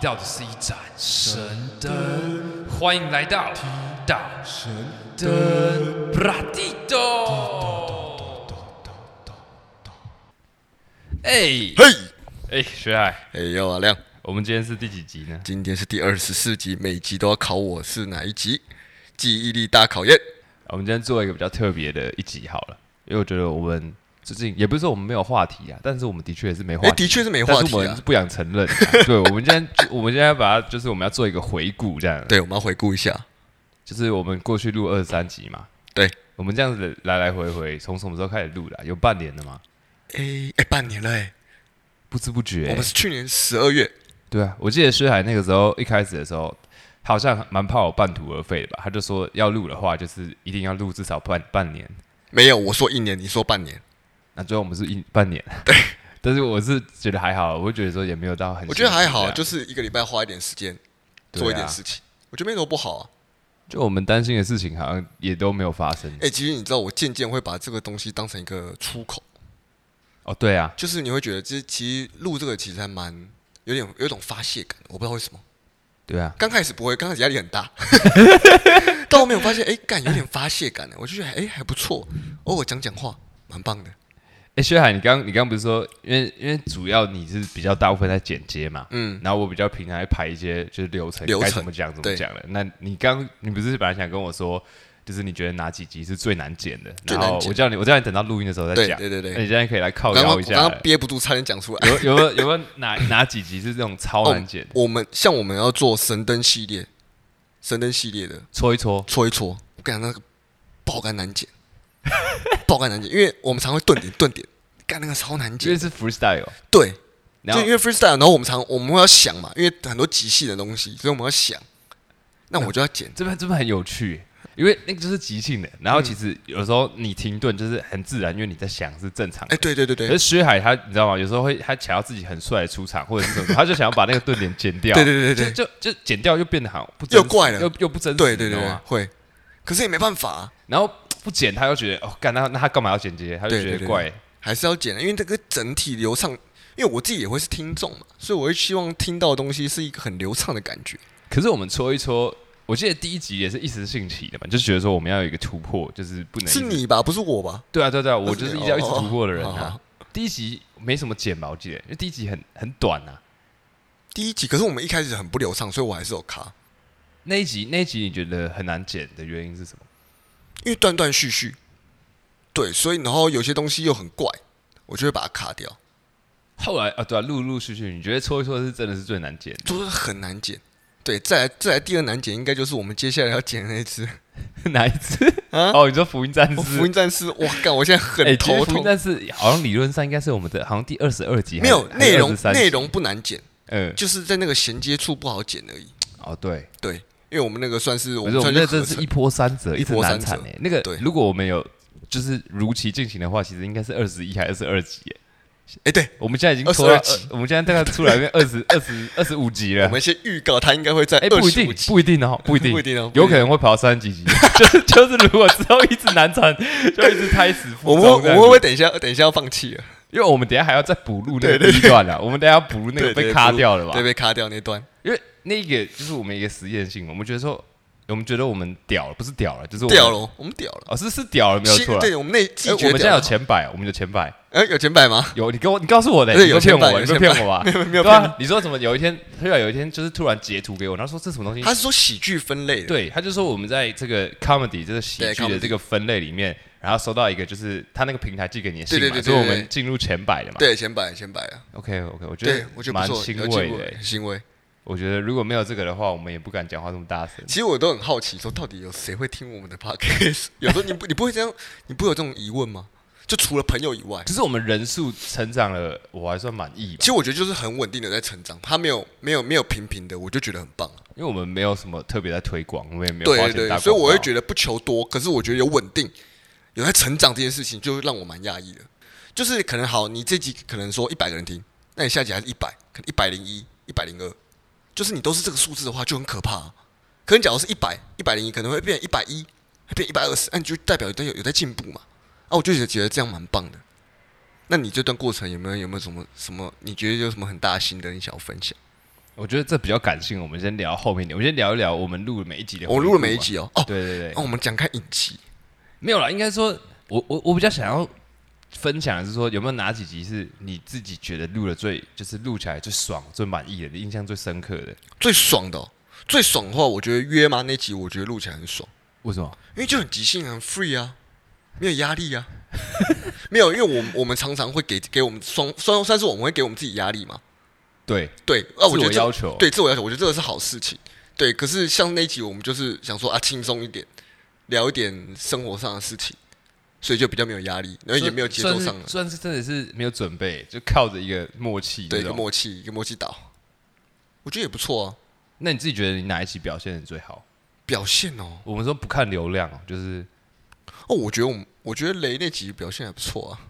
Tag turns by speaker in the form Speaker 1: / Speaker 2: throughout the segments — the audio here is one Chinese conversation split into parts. Speaker 1: 到的是一盏神灯，欢迎来到提到神灯布拉蒂多。哎
Speaker 2: 嘿，
Speaker 3: 哎，学海，
Speaker 2: 哎呦阿亮，
Speaker 3: 我们今天是第几集呢？
Speaker 2: 今天是第二十四集，每集都要考我是哪一集，记忆力大考验。
Speaker 3: 我们今天做一个比较特别的一集好了，因为我觉得我们最近也不是说我们没有话题啊，但是我们的确是没话
Speaker 2: 哎、
Speaker 3: 题，啊
Speaker 2: 的确是没话
Speaker 3: 但是
Speaker 2: 题
Speaker 3: 我们
Speaker 2: 啊
Speaker 3: 是。不想 承认、啊。对，我们今天我们今天把它就是我们要做一个回顾，这样，，
Speaker 2: 对，我们要回顾一下。
Speaker 3: 就是我们过去录二十三集嘛，
Speaker 2: 对，
Speaker 3: 我们这样子来来回回，从什么时候开始录的啊、有半年了吗？
Speaker 2: 哎、哎、半年了哎、
Speaker 3: 不知不觉、欸
Speaker 2: 我们是去年十二月，
Speaker 3: 对啊，我记得薛海那个时候一开始的时候，他好像蛮怕我半途而废的吧？他就说要录的话，就是一定要录至少半半年。
Speaker 2: 没有我说一年，你说半年，
Speaker 3: 那最后我们是一半年，对。 但是我是觉得还好，我觉得说也没有到很辛苦
Speaker 2: 我
Speaker 3: 这
Speaker 2: 觉得
Speaker 3: 样，
Speaker 2: 还好，就是啊一个礼拜花一点时间
Speaker 3: 对啊
Speaker 2: 做一点事情，我觉得没什么不好啊。
Speaker 3: 就我们担心的事情好像也都没有发生。
Speaker 2: 哎、其实你知道，我渐渐会把这个东西当成一个出口，
Speaker 3: 哦，对啊，
Speaker 2: 就是你会觉得，这其实录这个其实还蛮有点有一种发泄感，我不知道为什么。
Speaker 3: 对啊，
Speaker 2: 刚开始不会，刚开始压力很 大，到后面我发现，哎、干有点发泄感了，我就觉得，哎、还不错，偶尔讲讲话，蛮棒的。
Speaker 3: 哎，薛海，你刚你刚不是说，因为因为主要你是比较大部分在剪接嘛，
Speaker 2: 嗯，
Speaker 3: 然后我比较平常在排一些就是流程，
Speaker 2: 流程
Speaker 3: 该怎么讲怎么
Speaker 2: 对
Speaker 3: 讲的。那你刚你不是本来想跟我说，就是你觉得哪几集是最难剪的？
Speaker 2: 最
Speaker 3: 然
Speaker 2: 难
Speaker 3: 后
Speaker 2: 剪
Speaker 3: 我叫你，我叫你等到录音的时候再
Speaker 2: 对
Speaker 3: 讲。
Speaker 2: 对对对
Speaker 3: 那你现在可以来
Speaker 2: 我
Speaker 3: 靠
Speaker 2: 刚刚
Speaker 3: 腰
Speaker 2: 我
Speaker 3: 一下
Speaker 2: 刚
Speaker 3: 了
Speaker 2: 刚。憋不住，差点讲出来。哦
Speaker 3: 有有没有有没有哪哪几集是这种超难剪的？
Speaker 2: 我们像我们要做神灯系列，神灯系列的
Speaker 3: 搓一搓，
Speaker 2: 搓一搓，我跟你讲那个爆肝 难剪，爆肝难剪，因为我们常会顿点顿点，干那个超难
Speaker 3: 因为
Speaker 2: 剪。
Speaker 3: 是 freestyle，哦
Speaker 2: 对，
Speaker 3: 然
Speaker 2: 就
Speaker 3: 后
Speaker 2: 因为 freestyle，然后我们常我们会要想嘛，因为很多即兴的东西，所以我们要想。那我就要剪，
Speaker 3: 这边这边很有趣。因为那个就是即兴的，然后其实有时候你停顿就是很自然，因为你在想是正常的
Speaker 2: 哎、。对对对对
Speaker 3: 可，是薛海他你知道吗？有时候会他想要自己很帅的出场，或者是什么，他就想要把那个顿点剪 掉。
Speaker 2: 对对对对
Speaker 3: 就就就剪掉又变得好像不真
Speaker 2: 又
Speaker 3: 实
Speaker 2: 怪了
Speaker 3: 又又不真实，
Speaker 2: 对对对
Speaker 3: 你知道
Speaker 2: 对
Speaker 3: 吗，
Speaker 2: 会。可是也没办法、啊，
Speaker 3: 然后不剪他又觉得哦，干那那他干嘛要剪接？他就
Speaker 2: 对
Speaker 3: 觉
Speaker 2: 对
Speaker 3: 得
Speaker 2: 对
Speaker 3: 怪。
Speaker 2: 还是要剪啊的，因为这个整体流畅。因为我自己也会是听众嘛，所以我会希望听到的东西是一个很流畅的感觉。
Speaker 3: 可是我们搓一搓，我记得第一集也是一时兴起的嘛，就觉得说我们要有一个突破，就是不能一直
Speaker 2: 是你吧，不是我吧？
Speaker 3: 对啊对啊对啊，我就是一直要一直突破的人
Speaker 2: 哦好
Speaker 3: 啊
Speaker 2: 好。
Speaker 3: 第一集没什么剪吧，我记得，因为第一集很很短啊。
Speaker 2: 第一集，可是我们一开始很不流畅，所以我还是有卡，
Speaker 3: 那一集那一集你觉得很难剪的原因是什么？
Speaker 2: 因为断断续续。对，所以然后有些东西又很怪，我就会把它卡掉，
Speaker 3: 后来啊，对啊，陆陆续续，你觉得搓一搓是真的是最难剪的，
Speaker 2: 就是很难剪。对，再来再来第二难剪，应该就是我们接下来要剪的那一只。
Speaker 3: 哪一次？哦，你说福音战士？
Speaker 2: 我福音战士，哇，干！我现在很
Speaker 3: 哎其实
Speaker 2: 头
Speaker 3: 福
Speaker 2: 痛
Speaker 3: 音。战士好像理论上应该是我们的，好像第二十二集还
Speaker 2: 没
Speaker 3: 是
Speaker 2: 有内容，内，容
Speaker 3: 还是23集
Speaker 2: 不难剪，
Speaker 3: 嗯，
Speaker 2: 就是在那个衔接处不好剪而已。
Speaker 3: 哦对，
Speaker 2: 对，因为我们那个算是我
Speaker 3: 不
Speaker 2: 们
Speaker 3: 是我
Speaker 2: 算
Speaker 3: 们那
Speaker 2: 合
Speaker 3: 真是
Speaker 2: 成
Speaker 3: 一波三折，
Speaker 2: 一
Speaker 3: 直
Speaker 2: 波
Speaker 3: 难
Speaker 2: 三
Speaker 3: 产
Speaker 2: 折
Speaker 3: 哎。那个
Speaker 2: 对
Speaker 3: 如果我们有就是如期进行的话，其实应该是二十一还二十二集哎。
Speaker 2: 哎，对，
Speaker 3: 我们现在已经拖到
Speaker 2: 22集
Speaker 3: 呃我们现在大概出来二十二十二十五集
Speaker 2: 我
Speaker 3: 了。
Speaker 2: 们先预告它应该会在
Speaker 3: 哎，
Speaker 2: 二
Speaker 3: 不一
Speaker 2: 十
Speaker 3: 定
Speaker 2: 五，集，
Speaker 3: 不一定 哦，不一定，
Speaker 2: 不一定哦不一定
Speaker 3: 有可能会跑到三十几集。 就是就是，如果之后一直难产， 就一直胎死腹
Speaker 2: 我们
Speaker 3: 中这
Speaker 2: 会
Speaker 3: 样
Speaker 2: 我
Speaker 3: 子。
Speaker 2: 们会不会等一下等一下要放弃了？
Speaker 3: 因为我们等一下还要再补录那
Speaker 2: 对
Speaker 3: 个
Speaker 2: 对
Speaker 3: 第一段啦，我们等一下要补录那
Speaker 2: 对
Speaker 3: 个被
Speaker 2: 对
Speaker 3: 卡
Speaker 2: 不
Speaker 3: 掉了吧？
Speaker 2: 对，被卡掉那段。
Speaker 3: 因为那个就是我们一个实验性嘛，我们觉得说，我们觉得我们屌了，不是屌了，就是我们
Speaker 2: 掉了哦，我们掉了，
Speaker 3: 哦，是是屌了，没有
Speaker 2: 新
Speaker 3: 错啦。
Speaker 2: 对，我们那
Speaker 3: 哎
Speaker 2: 自
Speaker 3: 我
Speaker 2: 觉
Speaker 3: 们现
Speaker 2: 掉
Speaker 3: 在有
Speaker 2: 了。
Speaker 3: 前百，我们有前百，
Speaker 2: 哎，有钱百吗？
Speaker 3: 有你跟我，你告诉我的，
Speaker 2: 对
Speaker 3: 你不
Speaker 2: 有
Speaker 3: 骗
Speaker 2: 前百
Speaker 3: 我，
Speaker 2: 有
Speaker 3: 你不
Speaker 2: 前
Speaker 3: 骗
Speaker 2: 百
Speaker 3: 我吧？
Speaker 2: 没有没有
Speaker 3: 对啊
Speaker 2: 骗
Speaker 3: 你说什么？有一天，突然有一天，就是突然截图给我，然后说这是什么东西？
Speaker 2: 他是说喜剧分类的，
Speaker 3: 对，他就说我们在这个 comedy 这个喜
Speaker 2: 对
Speaker 3: 剧的
Speaker 2: comedy
Speaker 3: 这个分类里面，然后收到一个就是他那个平台寄给你的信
Speaker 2: 对对
Speaker 3: 嘛，
Speaker 2: 对对
Speaker 3: 所以我们
Speaker 2: 对
Speaker 3: 进入前百的嘛。
Speaker 2: 对，前百前百啊，
Speaker 3: OK OK，我觉
Speaker 2: 对我觉
Speaker 3: 得
Speaker 2: 得
Speaker 3: 蛮
Speaker 2: 不错，
Speaker 3: 欣
Speaker 2: 有
Speaker 3: 慰
Speaker 2: 进
Speaker 3: 的
Speaker 2: 步
Speaker 3: 欸。
Speaker 2: 欣慰。
Speaker 3: 我觉得如果没有这个的话，我们也不敢讲话这么大声。
Speaker 2: 其实我都很好奇，说到底有谁会听我们的 podcast？有时候你不你不会这样，你不会有这种疑问吗？就除了朋友以外，
Speaker 3: 可是我们人数成长了，我还算满意吧
Speaker 2: 其，实我觉得就是很稳定的在成长，他没有没有没有平平的，我就觉得很棒。啊
Speaker 3: 因为我们没有什么特别在推广，我们也没有花
Speaker 2: 对
Speaker 3: 钱打
Speaker 2: 对，
Speaker 3: 广告
Speaker 2: 所以我会觉得不求多，可是我觉得有稳定，有在成长这件事情，就让我蛮讶异的。就是可能好，你这集可能说一百个人听，那你下集还是一百，可能一百零一、一百零二，就是你都是这个数字的话，就很可怕、啊。可能假如是一百、一百零一，可能会变一百一，会变一百二十，那你就代表有在有有在进步嘛？啊，我就觉得觉得这样蛮棒的。那你这段过程有没有有没有什么什么？你觉得有什么很大的心得？你想要分享？
Speaker 3: 我觉得这比较感性，我们先聊后面一点，我们先聊一聊我们录了每一集的。
Speaker 2: 我录了每一。集哦，哦，
Speaker 3: 对对对，
Speaker 2: 那我们讲看影集，
Speaker 3: 没有啦，应该说，我我我比较想要分享的是说，有没有哪几集是你自己觉得录的最，就是录起来最爽、最满意的，你印象最深刻的？
Speaker 2: 最爽的哦、最爽的话，我觉得约吗那集，我觉得录起来很爽，
Speaker 3: 为什么？
Speaker 2: 因为就很即兴，很 free 啊，没有压力啊。 没有，因为我们我们常常会给给我们双算算是我们会给我们自己压力嘛，
Speaker 3: 对，
Speaker 2: 对，啊，我觉得
Speaker 3: 自我
Speaker 2: 这
Speaker 3: 要求
Speaker 2: 对自我要求，我觉得这个是好事情。对，可是像那一集，我们就是想说啊，轻松一点，聊一点生活上的事情，所以就比较没有压力，然后也没有节奏上
Speaker 3: 算是
Speaker 2: 的，
Speaker 3: 算是真的是没有准备，就靠着一个默契
Speaker 2: 对，
Speaker 3: 这
Speaker 2: 一个
Speaker 3: 种。
Speaker 2: 默契，一个默契岛，我觉得也不错啊。
Speaker 3: 那你自己觉得你哪一集表现的最好？
Speaker 2: 表现哦，
Speaker 3: 我们说不看流量哦，就是
Speaker 2: 哦，我觉得我们，我觉得雷那集表现还不 错啊。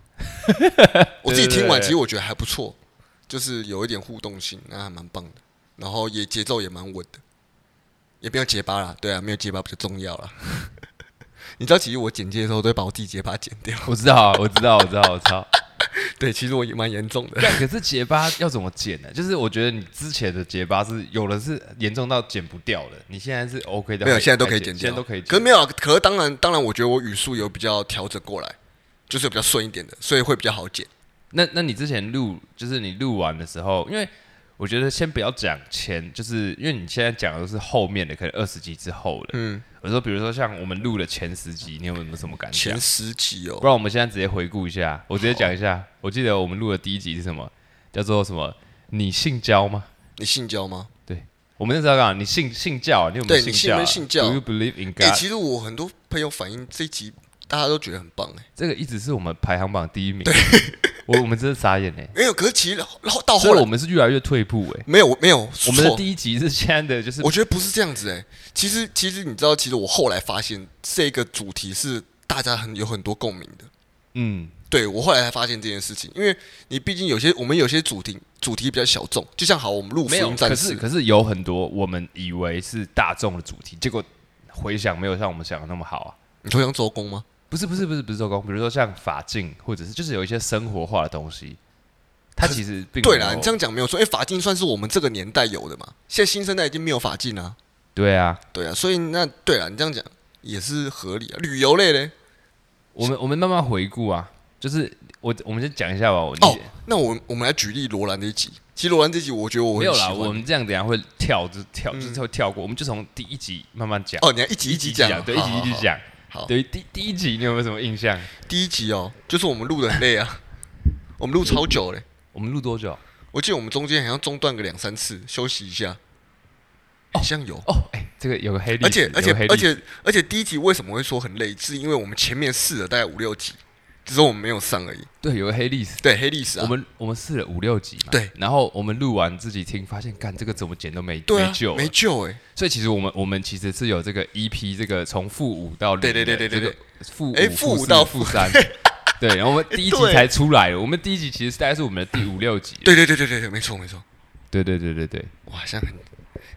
Speaker 2: 我自己听
Speaker 3: 对对
Speaker 2: 完，
Speaker 3: 对
Speaker 2: 其实我觉得还不错，就是有一点互动性，那还蛮棒的。然后也节奏也蛮稳的，也没有结巴啦，对啊，没有结巴比较重要啦。 你知道，其实我剪接的时候都会把我自己结巴剪掉。
Speaker 3: 我知道啊，我知道，我知道，我知道。
Speaker 2: 对，其实我也蛮严重的。
Speaker 3: 但可是结巴要怎么剪呢？就是我觉得你之前的结巴是有的是严重到剪不掉的，你现在是 OK 的，
Speaker 2: 没有，现在都
Speaker 3: 还
Speaker 2: 可以剪掉，
Speaker 3: 现在都可以剪。
Speaker 2: 可是没有啊，可是当然，当然，我觉得我语速有比较调整过来，就是比较顺一点的，所以会比较好剪。
Speaker 3: 那那你之前录，就是你录完的时候，因为我觉得先不要讲前，就是因为你现在讲的都是后面的，可能二十集之后的。
Speaker 2: 嗯，
Speaker 3: 我说，比如说像我们录了前十集，你有没有什么感想
Speaker 2: 前？十集哦
Speaker 3: 不，然我们现在直接回顾一下，我直接讲一下。我记得我们录的第一集是什么？叫做什么？你信教吗？
Speaker 2: 你性交吗？
Speaker 3: 我们那时候讲你信信教啊，你有没
Speaker 2: 对
Speaker 3: 有
Speaker 2: 你
Speaker 3: 信
Speaker 2: 信
Speaker 3: 教
Speaker 2: 不
Speaker 3: 啊？
Speaker 2: 信教
Speaker 3: Do you believe in
Speaker 2: 哎、
Speaker 3: God？
Speaker 2: 其实我很多朋友反映这一集大家都觉得很棒哎、
Speaker 3: 这个一直是我们排行榜第一名。我我们真的傻眼哎，
Speaker 2: 没有，可是其实后到
Speaker 3: 所
Speaker 2: 后
Speaker 3: 以
Speaker 2: 来
Speaker 3: 我们是越来越退步哎。
Speaker 2: 没有没有
Speaker 3: 我们的
Speaker 2: 错
Speaker 3: 第一集是现在的就是
Speaker 2: 我觉得不是这样子哎、其实其实你知道，其实我后来发现这个主题是大家很有很多共鸣的。
Speaker 3: 嗯，
Speaker 2: 对我后来才发现这件事情，因为你毕竟有些我们有些主题主题比较小众，就像好我们录福
Speaker 3: 没有，
Speaker 2: 音战
Speaker 3: 可
Speaker 2: 士
Speaker 3: 是，可是有很多我们以为是大众的主题，结果回想没有像我们想的那么好啊。
Speaker 2: 你说像周公吗？
Speaker 3: 不是不是不是不是周公，比如说像法镜，或者是就是有一些生活化的东西，它其实并
Speaker 2: 对
Speaker 3: 没
Speaker 2: 啦，
Speaker 3: 有
Speaker 2: 你这样讲没有错，因为法镜算是我们这个年代有的嘛，现在新生代已经没有法镜啦、
Speaker 3: 对啊。
Speaker 2: 对啊，所以那对啦，你这样讲也是合理啊。旅游类嘞，
Speaker 3: 我们我们慢慢回顾啊，就是我我们先讲一下吧。我
Speaker 2: 哦，那我我们来举例罗兰这一集。其实罗兰这集，我觉得我
Speaker 3: 没
Speaker 2: 很
Speaker 3: 有
Speaker 2: 喜
Speaker 3: 啦，
Speaker 2: 欢。嗯
Speaker 3: 我们这样等一下会跳，就是跳，就是会跳过，我们就从第一集慢慢讲。
Speaker 2: 哦，你要一集一集讲，
Speaker 3: 对，一集
Speaker 2: 好
Speaker 3: 一集。讲。
Speaker 2: 好好
Speaker 3: 对，第第一集你有没有什么印象？
Speaker 2: 好第一集哦，就是我们录的很累啊，我们录超久嘞。
Speaker 3: 我们录多久？
Speaker 2: 我记得我们中间好像中断个两三次，休息一下，好像有。
Speaker 3: 哦，哎，这个有个黑历史，
Speaker 2: 而且而且
Speaker 3: 有个黑历
Speaker 2: 而
Speaker 3: 史
Speaker 2: 且而且第一集为什么会说很累，是因为我们前面试了大概五六集，只是我们没有上而已。
Speaker 3: 对，有个黑历史。
Speaker 2: 对，黑历史啊，
Speaker 3: 我们我们试了五六集嘛，
Speaker 2: 对，
Speaker 3: 然后我们录完自己听，发现干这个怎么剪都没
Speaker 2: 对啊
Speaker 3: 没救了，
Speaker 2: 没救哎、
Speaker 3: 所以其实我们我们其实是有这个 EP 这个从负五到零的，
Speaker 2: 对对对对对
Speaker 3: 这个负
Speaker 2: 哎
Speaker 3: 五
Speaker 2: 负五
Speaker 3: 四
Speaker 2: 到
Speaker 3: 负三， 对，然后 我们第一集
Speaker 2: 对
Speaker 3: 才出来，我们第一集其实大概是我们的第五六集，
Speaker 2: 对对对对对对，没错没错。
Speaker 3: 对对对对对
Speaker 2: 哇，好像很，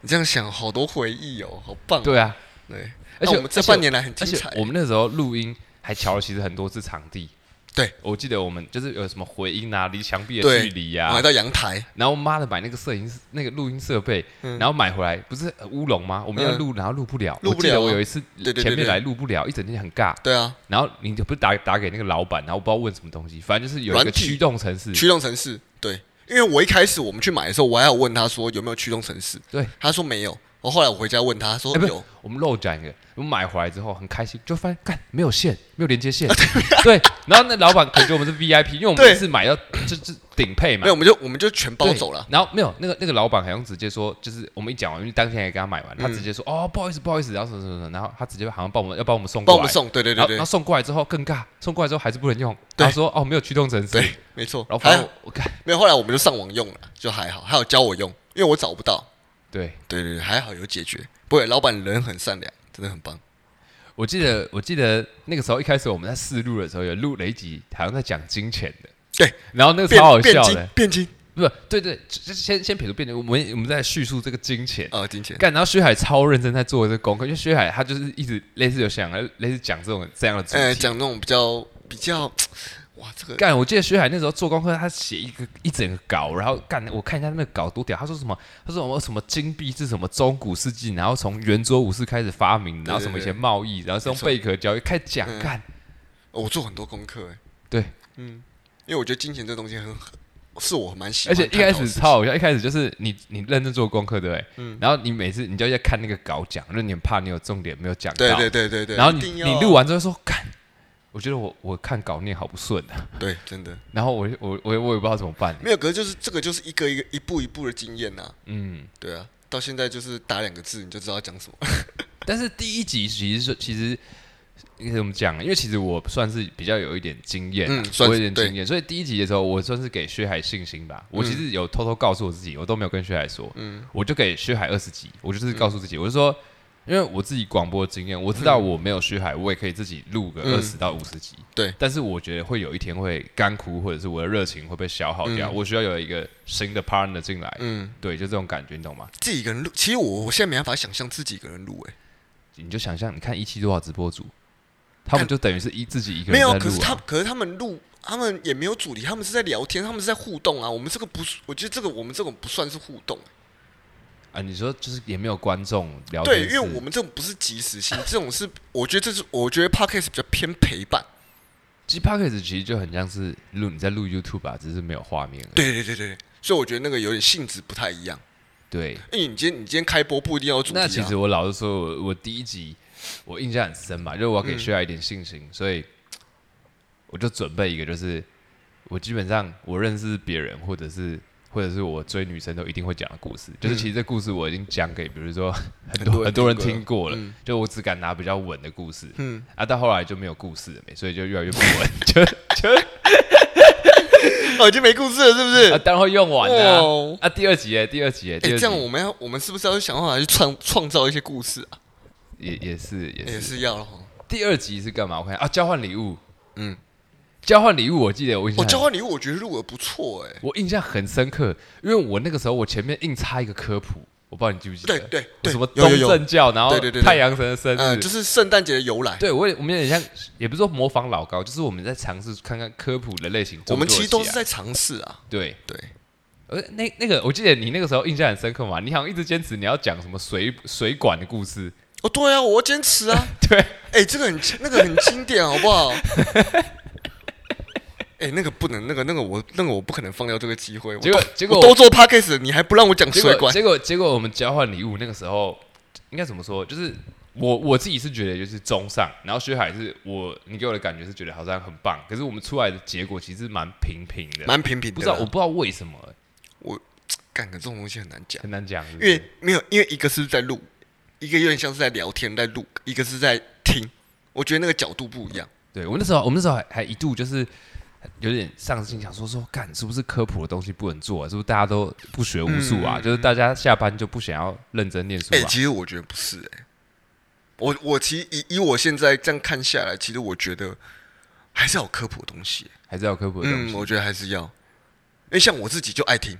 Speaker 2: 你这样想好多回忆哦，好棒、哦。
Speaker 3: 对啊，
Speaker 2: 对，
Speaker 3: 而
Speaker 2: 那
Speaker 3: 且
Speaker 2: 我们这
Speaker 3: 而且
Speaker 2: 半年来很
Speaker 3: 而
Speaker 2: 精
Speaker 3: 且
Speaker 2: 彩。
Speaker 3: 我们那时候录音还瞧了其实很多次场地，
Speaker 2: 对
Speaker 3: 我记得我们就是有什么回音啊，离墙壁的
Speaker 2: 对
Speaker 3: 距离啊呀、
Speaker 2: 我还到阳台，
Speaker 3: 然后妈的买那个摄影师那个录音设备，然后买回来不是呃乌龙吗？我们要
Speaker 2: 嗯
Speaker 3: 录，然后录不了。
Speaker 2: 录不
Speaker 3: 我记得
Speaker 2: 了啊
Speaker 3: 我有一次
Speaker 2: 对对对
Speaker 3: 前面
Speaker 2: 对
Speaker 3: 来录不了，一整天很尬。
Speaker 2: 对啊，
Speaker 3: 然后你就不是打打给那个老板，然后不知道问什么东西，反正就是有一个
Speaker 2: 软体
Speaker 3: 驱动程式。
Speaker 2: 驱动城市，对，因为我一开始我们去买的时候，我还有问他说有没有驱动城市，
Speaker 3: 对，
Speaker 2: 他说没有，我后来我回家问他说
Speaker 3: 哎，不是
Speaker 2: 有，，
Speaker 3: 我们漏讲一个，我们买回来之后很开心，就发现干没有线，没有连 接线。对，然后那老板可能觉得我们是 VIP，因为我们
Speaker 2: 对
Speaker 3: 每次买到就就顶配嘛
Speaker 2: 没有，我，们就我们就全包
Speaker 3: 对
Speaker 2: 走了，
Speaker 3: 然后没有那个那个老板好像直接说，就是我们一讲完，因为当天也给他买
Speaker 2: 嗯
Speaker 3: 完，他直接说、哦不好意思不好意思，然后什么什么什么，然后他直接好像帮我们要帮我们送
Speaker 2: 帮
Speaker 3: 过
Speaker 2: 我
Speaker 3: 来
Speaker 2: 们，送，对对
Speaker 3: 然
Speaker 2: 对
Speaker 3: 后然
Speaker 2: 对
Speaker 3: 后送过来之后更尬，送过来之后还是不能用，
Speaker 2: 对
Speaker 3: 他说哦没有驱动程式，
Speaker 2: 对，哎没错，
Speaker 3: 然后反
Speaker 2: 还
Speaker 3: 正我我 看
Speaker 2: 没有，后来我们就上网用了，就还好，还有教我用，因为我找不到，
Speaker 3: 对。
Speaker 2: 对对对，还好有解决，不会，老板人很善良，真的很棒，
Speaker 3: 我记得，我记得那个时候一开始我们在试录的时候，有录了一集，好像在讲金钱的，
Speaker 2: 对，
Speaker 3: 然后那个
Speaker 2: 变
Speaker 3: 超好
Speaker 2: 变
Speaker 3: 笑
Speaker 2: 金
Speaker 3: 的，
Speaker 2: 变金，
Speaker 3: 不是，对对，就是先先撇除变金，我们我们在叙述这个金钱，
Speaker 2: 呃，金钱，
Speaker 3: 干，然后薛海超认真在做这个功课，因为薛海他
Speaker 2: 哎
Speaker 3: 就是一直类似有想类似讲这种这样的主题，
Speaker 2: 呃，讲那种比较比较。哇，这个
Speaker 3: 干，我记得薛海那时候做功课，他写一个一整个稿，然后干，我看一下那个稿多屌，他说什么？他说什么什么金币是什么中古世纪，然后从圆桌武士开始发明，然后什么
Speaker 2: 对
Speaker 3: 以
Speaker 2: 对
Speaker 3: 前贸易，然后是用
Speaker 2: 没错
Speaker 3: 贝壳交易，开始讲
Speaker 2: 嗯
Speaker 3: 干，
Speaker 2: 哦我做很多功课哎，
Speaker 3: 对，
Speaker 2: 因为我觉得金钱这东西很是我蛮喜欢
Speaker 3: 而且
Speaker 2: 探
Speaker 3: 一
Speaker 2: 讨的事
Speaker 3: 开
Speaker 2: 情，嗯
Speaker 3: 始超好笑，一开始就是你你认真做功课对不对？然后你每次你就要看那个稿讲，因为你很怕你有重点没有讲到，
Speaker 2: 对对对对对，
Speaker 3: 然后
Speaker 2: 一
Speaker 3: 你
Speaker 2: 定要啊
Speaker 3: 你录完之后说干，我觉得我我看稿念好不顺啊，
Speaker 2: 对真的
Speaker 3: 然后我我我我也不知道怎么办，
Speaker 2: 没有，可是就是这个就是一个一个一步一步的经验呐，
Speaker 3: 嗯。
Speaker 2: 对啊，到现在就是打两个字你就知道讲什么，
Speaker 3: 但是第一集其实是其实应该怎么讲？因为其实我算是比较有一点经验啊、
Speaker 2: 嗯算
Speaker 3: 我
Speaker 2: 是
Speaker 3: 有一点经验，所以第一集的时候，我算是给薛海信心吧。我其实有偷偷告诉我自己，我都没有跟薛海说，
Speaker 2: 嗯
Speaker 3: 我就给薛海二十集，我就是告诉自己，我就说。因为我自己广播的经验，我知道我没有薛海，我也可以自己录个
Speaker 2: 嗯
Speaker 3: 二十到五十集。
Speaker 2: 对
Speaker 3: 但是我觉得会有一天会干枯，或者是我的热情会被消耗掉。
Speaker 2: 嗯
Speaker 3: 我需要有一个新的 partner 进来，
Speaker 2: 嗯，
Speaker 3: 对，就这种感觉，你懂吗？
Speaker 2: 自己一个人录，其实我我现在没办法想象自己一个人录哎，
Speaker 3: 你就想象，你看一期多少直播主，他们就等于是一自己一个
Speaker 2: 没
Speaker 3: 人在
Speaker 2: 有
Speaker 3: 录、啊，，
Speaker 2: 可是他可是他们录。他们也没有主题，他们是在聊天，他们是在互动啊。我们这个不是，我觉得这个我们这种不算是互动，
Speaker 3: 啊，你说就是也没有观众聊
Speaker 2: 对，
Speaker 3: 天
Speaker 2: 因
Speaker 3: 室，
Speaker 2: 为我们这种不是即时性，这种是我觉得这是我觉得 podcast 比较偏陪伴。
Speaker 3: 其实 podcast 其实就很像是录你在录 YouTube 吧，只是没有画面而已。
Speaker 2: 对对对对对，所以我觉得那个有点性质不太一样。
Speaker 3: 对，
Speaker 2: 因为你今天你今天开播不一定要有主题、啊，
Speaker 3: 那其实我老实说，我我第一集我印象很深嘛，就是我要给薛雅一点信心，所以我就准备一个，就是我基本上我认识别人，或者是或者是我追女生都一定会讲的故事，就是其实这故事我已经讲给，比如说很多很
Speaker 2: 很
Speaker 3: 多
Speaker 2: 多
Speaker 3: 人
Speaker 2: 人
Speaker 3: 听
Speaker 2: 听
Speaker 3: 过
Speaker 2: 过
Speaker 3: 了，
Speaker 2: 了
Speaker 3: 就我只敢拿比较稳的故事，
Speaker 2: 嗯
Speaker 3: 啊，到后来就没有故事了没，所以就越来越不稳， 就就
Speaker 2: 哦已经没故事了，是不是？
Speaker 3: 啊，当然会用完的啊、
Speaker 2: 哦
Speaker 3: 啊，第二集耶，第二集耶，
Speaker 2: 哎、
Speaker 3: 第二集、
Speaker 2: 这样我们要我们是不是要想办法去创创造一些故事啊？
Speaker 3: 也也是也是
Speaker 2: 也是要了哦。
Speaker 3: 第二集是干嘛？我看啊，交换礼物。嗯
Speaker 2: 嗯，
Speaker 3: 交换礼物，我记得我印象
Speaker 2: 我哦
Speaker 3: 很、
Speaker 2: 交换礼物，我觉得录的不错哎、
Speaker 3: 我印象很深刻，因为我那个时候我前面硬插一个科普，我不知道你记不记得？
Speaker 2: 对对对
Speaker 3: 什么
Speaker 2: 有有
Speaker 3: 东
Speaker 2: 有
Speaker 3: 正教，然后
Speaker 2: 对对对对
Speaker 3: 太阳神的生日，
Speaker 2: 嗯、就是圣诞节的由来。
Speaker 3: 对我也我们有点像，也不是说模仿老高，就是我们在尝试看看科普的类型中做起来。
Speaker 2: 我们其实都是在尝试啊。
Speaker 3: 对。
Speaker 2: 对，
Speaker 3: 呃，那那个，我记得你那个时候印象很深刻嘛，你好像一直坚持你要讲什么水水管的故事，
Speaker 2: 哦对啊，我要坚持啊。
Speaker 3: 对，
Speaker 2: 哎、这个很那个很经典，好不 好？哎、那个不能，那个那个我那个我不可能放掉这个机会。我
Speaker 3: 结果
Speaker 2: 都
Speaker 3: 结果
Speaker 2: 我都做 podcast，你还不让我讲
Speaker 3: 结
Speaker 2: 水
Speaker 3: 果
Speaker 2: 管？
Speaker 3: 结果结果我们交换礼物那个时候，应该怎么说？就是我我自己是觉得就是中上，然后薛海是我你给我的感觉是觉得好像很棒，可是我们出来的结果其实蛮平平的，
Speaker 2: 蛮平平的啦。
Speaker 3: 不知道我不知道为什么、
Speaker 2: 干个这种东西很难讲，
Speaker 3: 很难讲，是不
Speaker 2: 因为
Speaker 3: 是
Speaker 2: 没有，因为一个是在录，一个有点像是在聊天在录，一个是在听。我觉得那个角度不一样。
Speaker 3: 对我那时候我们那时候还还一度就是。有点上心，想说说干是不是科普的东西不能做、啊？是不是大家都不学无术啊？就是大家下班就不想要认真念书
Speaker 2: 嗯哎、
Speaker 3: 啊？
Speaker 2: 其实我觉得不是哎、我我其实以以我现在这样看下来，其实我觉得还是要有科普的东西、
Speaker 3: 还是要有科普的东
Speaker 2: 嗯，
Speaker 3: 西？
Speaker 2: 我觉得还是要，因为像我自己就爱听。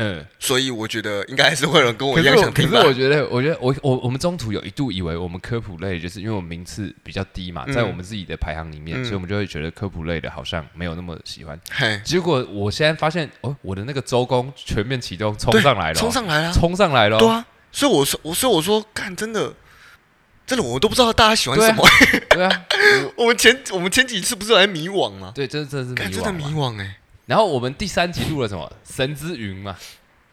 Speaker 3: 嗯，
Speaker 2: 所以我觉得应该还是会有人跟我
Speaker 3: 可
Speaker 2: 一
Speaker 3: 是
Speaker 2: 样
Speaker 3: 我
Speaker 2: 想
Speaker 3: 可
Speaker 2: 听
Speaker 3: 是
Speaker 2: 吧。
Speaker 3: 我觉得，我觉得我我我们中途有一度以为我们科普类，就是因为我们名次比较低嘛，
Speaker 2: 嗯
Speaker 3: 在我们自己的排行里面，
Speaker 2: 嗯
Speaker 3: 所以我们就会觉得科普类的好像没有那么喜欢。
Speaker 2: 嘿，
Speaker 3: 结果我现在发现，哦，我的那个周公全面启动，冲上来了哦，
Speaker 2: 冲上来了、
Speaker 3: 冲上来了哦，
Speaker 2: 对啊，所以我说，我所以我说，看，真的，真的，我都不知道大家喜欢什么。
Speaker 3: 对啊，
Speaker 2: 我们前我们前几次不是还迷惘吗？
Speaker 3: 对，真真的是
Speaker 2: 看，
Speaker 3: 迷
Speaker 2: 真的
Speaker 3: 惘啊
Speaker 2: 迷
Speaker 3: 嘛。
Speaker 2: 惘哎、
Speaker 3: 然后我们第三集录了什么？神之云嘛，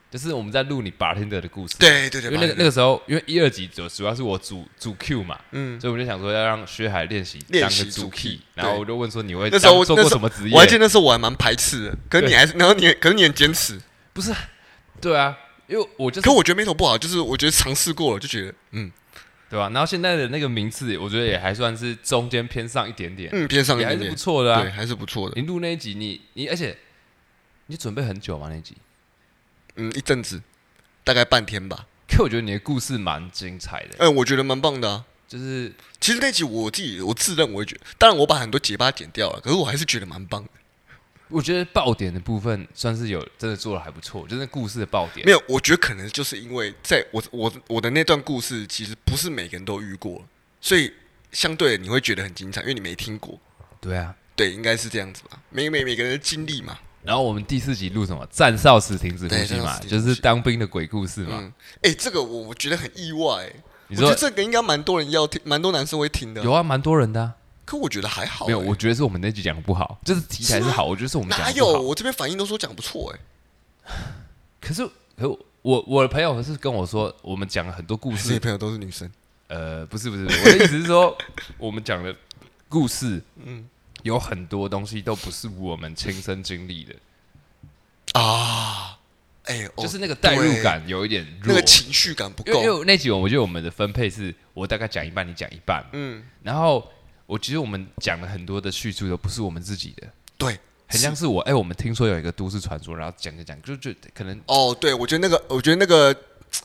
Speaker 3: 就是我们在录你 bartender 的故事。
Speaker 2: 对对对，
Speaker 3: 因为那个
Speaker 2: 把
Speaker 3: 那个时候，因为一二集主主要是我主主 Q 嘛，
Speaker 2: 嗯，
Speaker 3: 所以我们就想说要让薛海练习当
Speaker 2: 练
Speaker 3: 个
Speaker 2: 习
Speaker 3: 主
Speaker 2: 主
Speaker 3: key，
Speaker 2: key，
Speaker 3: 然后
Speaker 2: 对
Speaker 3: 我就问说你会
Speaker 2: 那时候
Speaker 3: 当做
Speaker 2: 那
Speaker 3: 过
Speaker 2: 时
Speaker 3: 什
Speaker 2: 候
Speaker 3: 么职
Speaker 2: 嗯我还记得
Speaker 3: 业？
Speaker 2: 那时候我还蛮排斥的，可是你还是，然后你可是你很坚持。
Speaker 3: 不是，对啊，因为我就是
Speaker 2: 可我觉得没头不好，就是我觉得尝试过了就觉得，嗯
Speaker 3: 对吧、然后现在的那个名次，我觉得也还算是中间偏上一点点，
Speaker 2: 嗯，偏上一
Speaker 3: 也还
Speaker 2: 点
Speaker 3: 是不
Speaker 2: 点，
Speaker 3: 错的
Speaker 2: 对，
Speaker 3: 啊。
Speaker 2: 还是不错的。
Speaker 3: 你录那一集，你你而且你准备很久吗？那一集？
Speaker 2: 嗯，一阵子，大概半天吧。
Speaker 3: 可我觉得你的故事蛮精彩的，
Speaker 2: 嗯，我觉得蛮棒的啊。
Speaker 3: 就是
Speaker 2: 其实那集我自己我自认为觉得，当然我把很多结巴剪掉了，可是我还是觉得蛮棒的。
Speaker 3: 我觉得爆点的部分算是有真的做的还不错，就是故事的爆点
Speaker 2: 没。有，我觉得可能就是因为在我我我的那段故事，其实不是每个人都遇过，所以相对的你会觉得很精彩，因为你没听过。
Speaker 3: 对啊，
Speaker 2: 对，应该是这样子吧。每每每个人的经历嘛，
Speaker 3: 然后我们第四集录什么？战哨时停止呼
Speaker 2: 对
Speaker 3: 吸
Speaker 2: 战
Speaker 3: 嘛，
Speaker 2: 哨时停止
Speaker 3: 就
Speaker 2: 呼吸
Speaker 3: 是当兵的鬼故事嘛。
Speaker 2: 嗯，哎、这个我我觉得很意外、欸，
Speaker 3: 你
Speaker 2: 我觉
Speaker 3: 说
Speaker 2: 得这个应该蛮多人要听，蛮多男生会听的。
Speaker 3: 有啊，蛮多人的、啊。
Speaker 2: 可我觉得还好、欸，
Speaker 3: 没有，我觉得是我们那集讲得不好，就是题材是
Speaker 2: 是吗
Speaker 3: 好，我觉得是我们讲
Speaker 2: 哪
Speaker 3: 得
Speaker 2: 有？
Speaker 3: 不好。
Speaker 2: 我这边反应都说讲不错、欸，哎，
Speaker 3: 可是，可我我我的朋友是跟我说，我们讲了很多故
Speaker 2: 这些
Speaker 3: 事。
Speaker 2: 朋友都是女生，
Speaker 3: 呃，不是不是，我的意思是说， 我们讲的故事，嗯，有很多东西都不是我们亲身经历的，
Speaker 2: 啊，哎、哦
Speaker 3: 就是那个代入感有一点
Speaker 2: 对那
Speaker 3: 弱。
Speaker 2: 个情绪感不
Speaker 3: 因为因
Speaker 2: 够，
Speaker 3: 为那集我们觉得我们的分配是我大概讲一半，你讲一半，
Speaker 2: 嗯，
Speaker 3: 然后我其实我们讲了很多的叙述都不是我们自己的，
Speaker 2: 对，
Speaker 3: 很像是我哎、我们听说有一个都市传说，然后讲着讲就就可能
Speaker 2: 哦，对，我觉得那个，我觉得那个嘖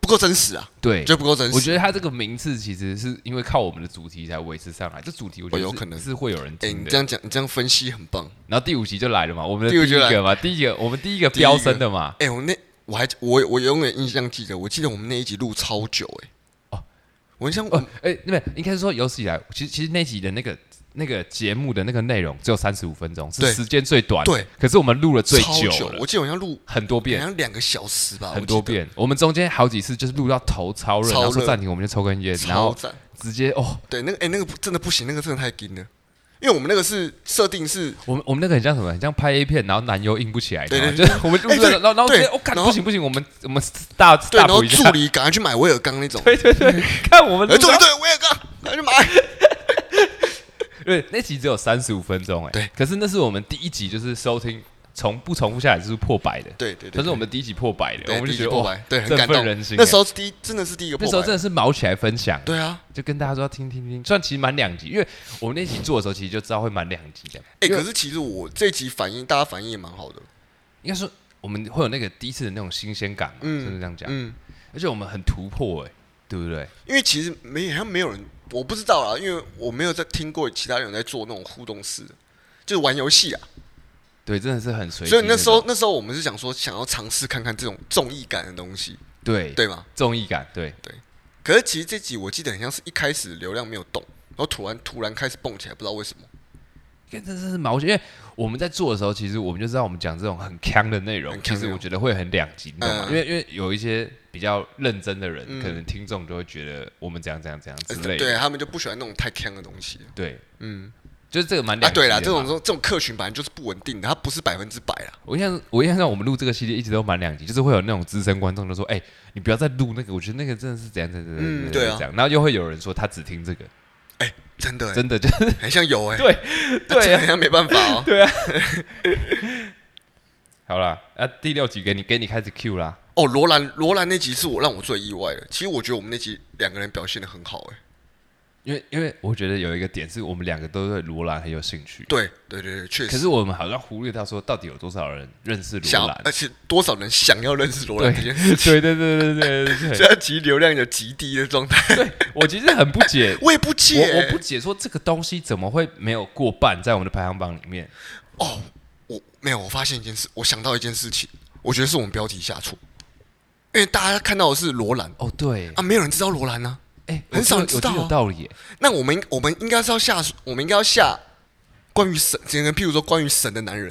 Speaker 2: 不够真实啊，
Speaker 3: 对
Speaker 2: 我觉，得不够真实。
Speaker 3: 哎我觉得他这个名次其实是因为靠我们的主题才维持上来，这主题我觉得
Speaker 2: 哦有
Speaker 3: 是
Speaker 2: 可能
Speaker 3: 是会有人
Speaker 2: 哎、
Speaker 3: 听
Speaker 2: 你
Speaker 3: 的
Speaker 2: 这。样讲，你这样分析很棒。
Speaker 3: 然后第五集就来了嘛，我们的
Speaker 2: 第五
Speaker 3: 第
Speaker 2: 集
Speaker 3: 一
Speaker 2: 来
Speaker 3: 个嘛，第一个我们第一个飙升的嘛，
Speaker 2: 哎、我那我还我我永远印象记得，我记得我们那一集录超久、哎，
Speaker 3: 哦
Speaker 2: 哦，我很想我
Speaker 3: 哦，哎，那边应该是说有史以来，其实其实那集的那个那个节目的那个内容只有三十五分钟，是
Speaker 2: 对
Speaker 3: 时间最短，
Speaker 2: 对，
Speaker 3: 可是我们录了最
Speaker 2: 超
Speaker 3: 久了
Speaker 2: 我，记得我好像录
Speaker 3: 很多
Speaker 2: 好
Speaker 3: 遍，
Speaker 2: 像两个小时吧，
Speaker 3: 很
Speaker 2: 我
Speaker 3: 多
Speaker 2: 记得，
Speaker 3: 遍，我们中间好几次就是录到头超热，
Speaker 2: 超
Speaker 3: 然后说
Speaker 2: 热
Speaker 3: 暂停，我们就抽根烟，然
Speaker 2: 超
Speaker 3: 后
Speaker 2: 赞。
Speaker 3: 直接哦，
Speaker 2: 对，那个哎、那个不真的不行，那个真的太硬了，因为我们那个是设定是
Speaker 3: 我们我们那个很像什么，很像拍 A 片，然后男优硬不起来，
Speaker 2: 对对
Speaker 3: 你知道吗就是我们录
Speaker 2: 哎
Speaker 3: 这
Speaker 2: 对
Speaker 3: 个，然后然后直接
Speaker 2: 对
Speaker 3: 我看
Speaker 2: 然后
Speaker 3: 不行不行，我们我们大
Speaker 2: 对，
Speaker 3: 大
Speaker 2: 然后
Speaker 3: 补一
Speaker 2: 助
Speaker 3: 下，
Speaker 2: 理赶快去买威尔刚那种，
Speaker 3: 对对对，看我们
Speaker 2: 哎，
Speaker 3: 录
Speaker 2: 对
Speaker 3: 到
Speaker 2: 对，威尔刚赶快去买。
Speaker 3: 对那集只有三十五分钟哎，
Speaker 2: 对，
Speaker 3: 可是那是我们第一集就是收听重不重复下来就是破百的，
Speaker 2: 对对对，
Speaker 3: 可是我们第一集破百的，
Speaker 2: 对
Speaker 3: 我们
Speaker 2: 第一
Speaker 3: 就
Speaker 2: 集
Speaker 3: 觉得哦
Speaker 2: 破
Speaker 3: 哇
Speaker 2: 百，，对，很
Speaker 3: 振
Speaker 2: 感
Speaker 3: 奋
Speaker 2: 动。
Speaker 3: 人心
Speaker 2: 那
Speaker 3: 哎
Speaker 2: 时候是第一真的是第一个
Speaker 3: 那
Speaker 2: 破
Speaker 3: 时候
Speaker 2: 百
Speaker 3: 真，的是毛起来分享，
Speaker 2: 对啊，
Speaker 3: 就跟大家说要听听听，虽然其实满两集，因为我们那集做的时候其实就知道会满两集的，
Speaker 2: 哎，可是其实我这集反应大家反应也蛮好的，
Speaker 3: 应该说我们会有那个第一次的那种新鲜感嘛，
Speaker 2: 嗯
Speaker 3: 是不是这样讲？
Speaker 2: 嗯，
Speaker 3: 而且我们很突破、哎，对不对？
Speaker 2: 因为其实没好像没有人，我不知道啦，因为我没有在听过其他人在做那种互动式的，就是玩游戏啊，
Speaker 3: 对，真的是很随机
Speaker 2: 所以
Speaker 3: 种。
Speaker 2: 那时候那时候我们是想说想要尝试看看这种综艺感的东西，
Speaker 3: 对
Speaker 2: 对吗？
Speaker 3: 综艺感，对
Speaker 2: 可是其实这集我记得很像是一开始流量没有动，然后突然突然开始蹦起来，不知道为什么，
Speaker 3: 因为这真是毛线，因为我们在做的时候，其实我们就知道我们讲这种很强的内容
Speaker 2: 很，
Speaker 3: 其
Speaker 2: 呛
Speaker 3: 实
Speaker 2: 内容
Speaker 3: 我觉得会很两极，你懂吗？
Speaker 2: 嗯
Speaker 3: 因为因为有一些比较认真的人，
Speaker 2: 嗯
Speaker 3: 可能听众就会觉得我们怎样怎样怎样之
Speaker 2: 呃
Speaker 3: 类的，
Speaker 2: 对他们就不喜欢那种太坑的东西。
Speaker 3: 对，
Speaker 2: 嗯，
Speaker 3: 就是这个蛮
Speaker 2: 啊，
Speaker 3: 两极的
Speaker 2: 对
Speaker 3: 嘛、
Speaker 2: 啦，这种这种客群本来就是不稳定的，它不是百分之百啦。
Speaker 3: 我印象，我印象上我们录这个系列一直都蛮两极，就是会有那种资深观众就说：“哎、你不要再录那个，我觉得那个真的是怎样怎样怎样怎
Speaker 2: 嗯
Speaker 3: 样
Speaker 2: 对啊
Speaker 3: 怎样。”然后又会有人说他只听这个，
Speaker 2: 哎，真的欸，
Speaker 3: 真的就是
Speaker 2: 很像有哎，
Speaker 3: 对对
Speaker 2: 真的很
Speaker 3: 啊，
Speaker 2: 像没办法哦。
Speaker 3: 好啦，啊，第六集给你给你开始 Q 啦，
Speaker 2: 哦，罗兰罗兰那集是我让我最意外的，其实我觉得我们那集两个人表现的很好哎。
Speaker 3: 因为因为我觉得有一个点是我们两个都对罗兰很有兴趣，
Speaker 2: 对对对对，确
Speaker 3: 可
Speaker 2: 实。
Speaker 3: 是我们好像忽略到说到底有多少人认识
Speaker 2: 想哎
Speaker 3: 罗兰，
Speaker 2: 而且多少人想要认识罗兰这件事，
Speaker 3: 对对对对对对对
Speaker 2: 所以它其实流量有极低的状 态，
Speaker 3: 对，我其实很不解。
Speaker 2: 我也不解，
Speaker 3: 我我不解说这个东西怎么会没有过半在我们的排行榜里面？
Speaker 2: 哦，我没有，我发现一件事，我想到一件事情，我觉得是我们标题下错，因为大家看到的是罗兰
Speaker 3: 哦，对，
Speaker 2: 啊，没有人知道罗兰呢。
Speaker 3: 哎、
Speaker 2: 很
Speaker 3: 我
Speaker 2: 少人
Speaker 3: 觉得
Speaker 2: 知
Speaker 3: 我
Speaker 2: 道
Speaker 3: 觉得有
Speaker 2: 啊
Speaker 3: 道理耶、
Speaker 2: 那我们我们应该是要下，我们应该要下关于神，整个譬如说关于神的男人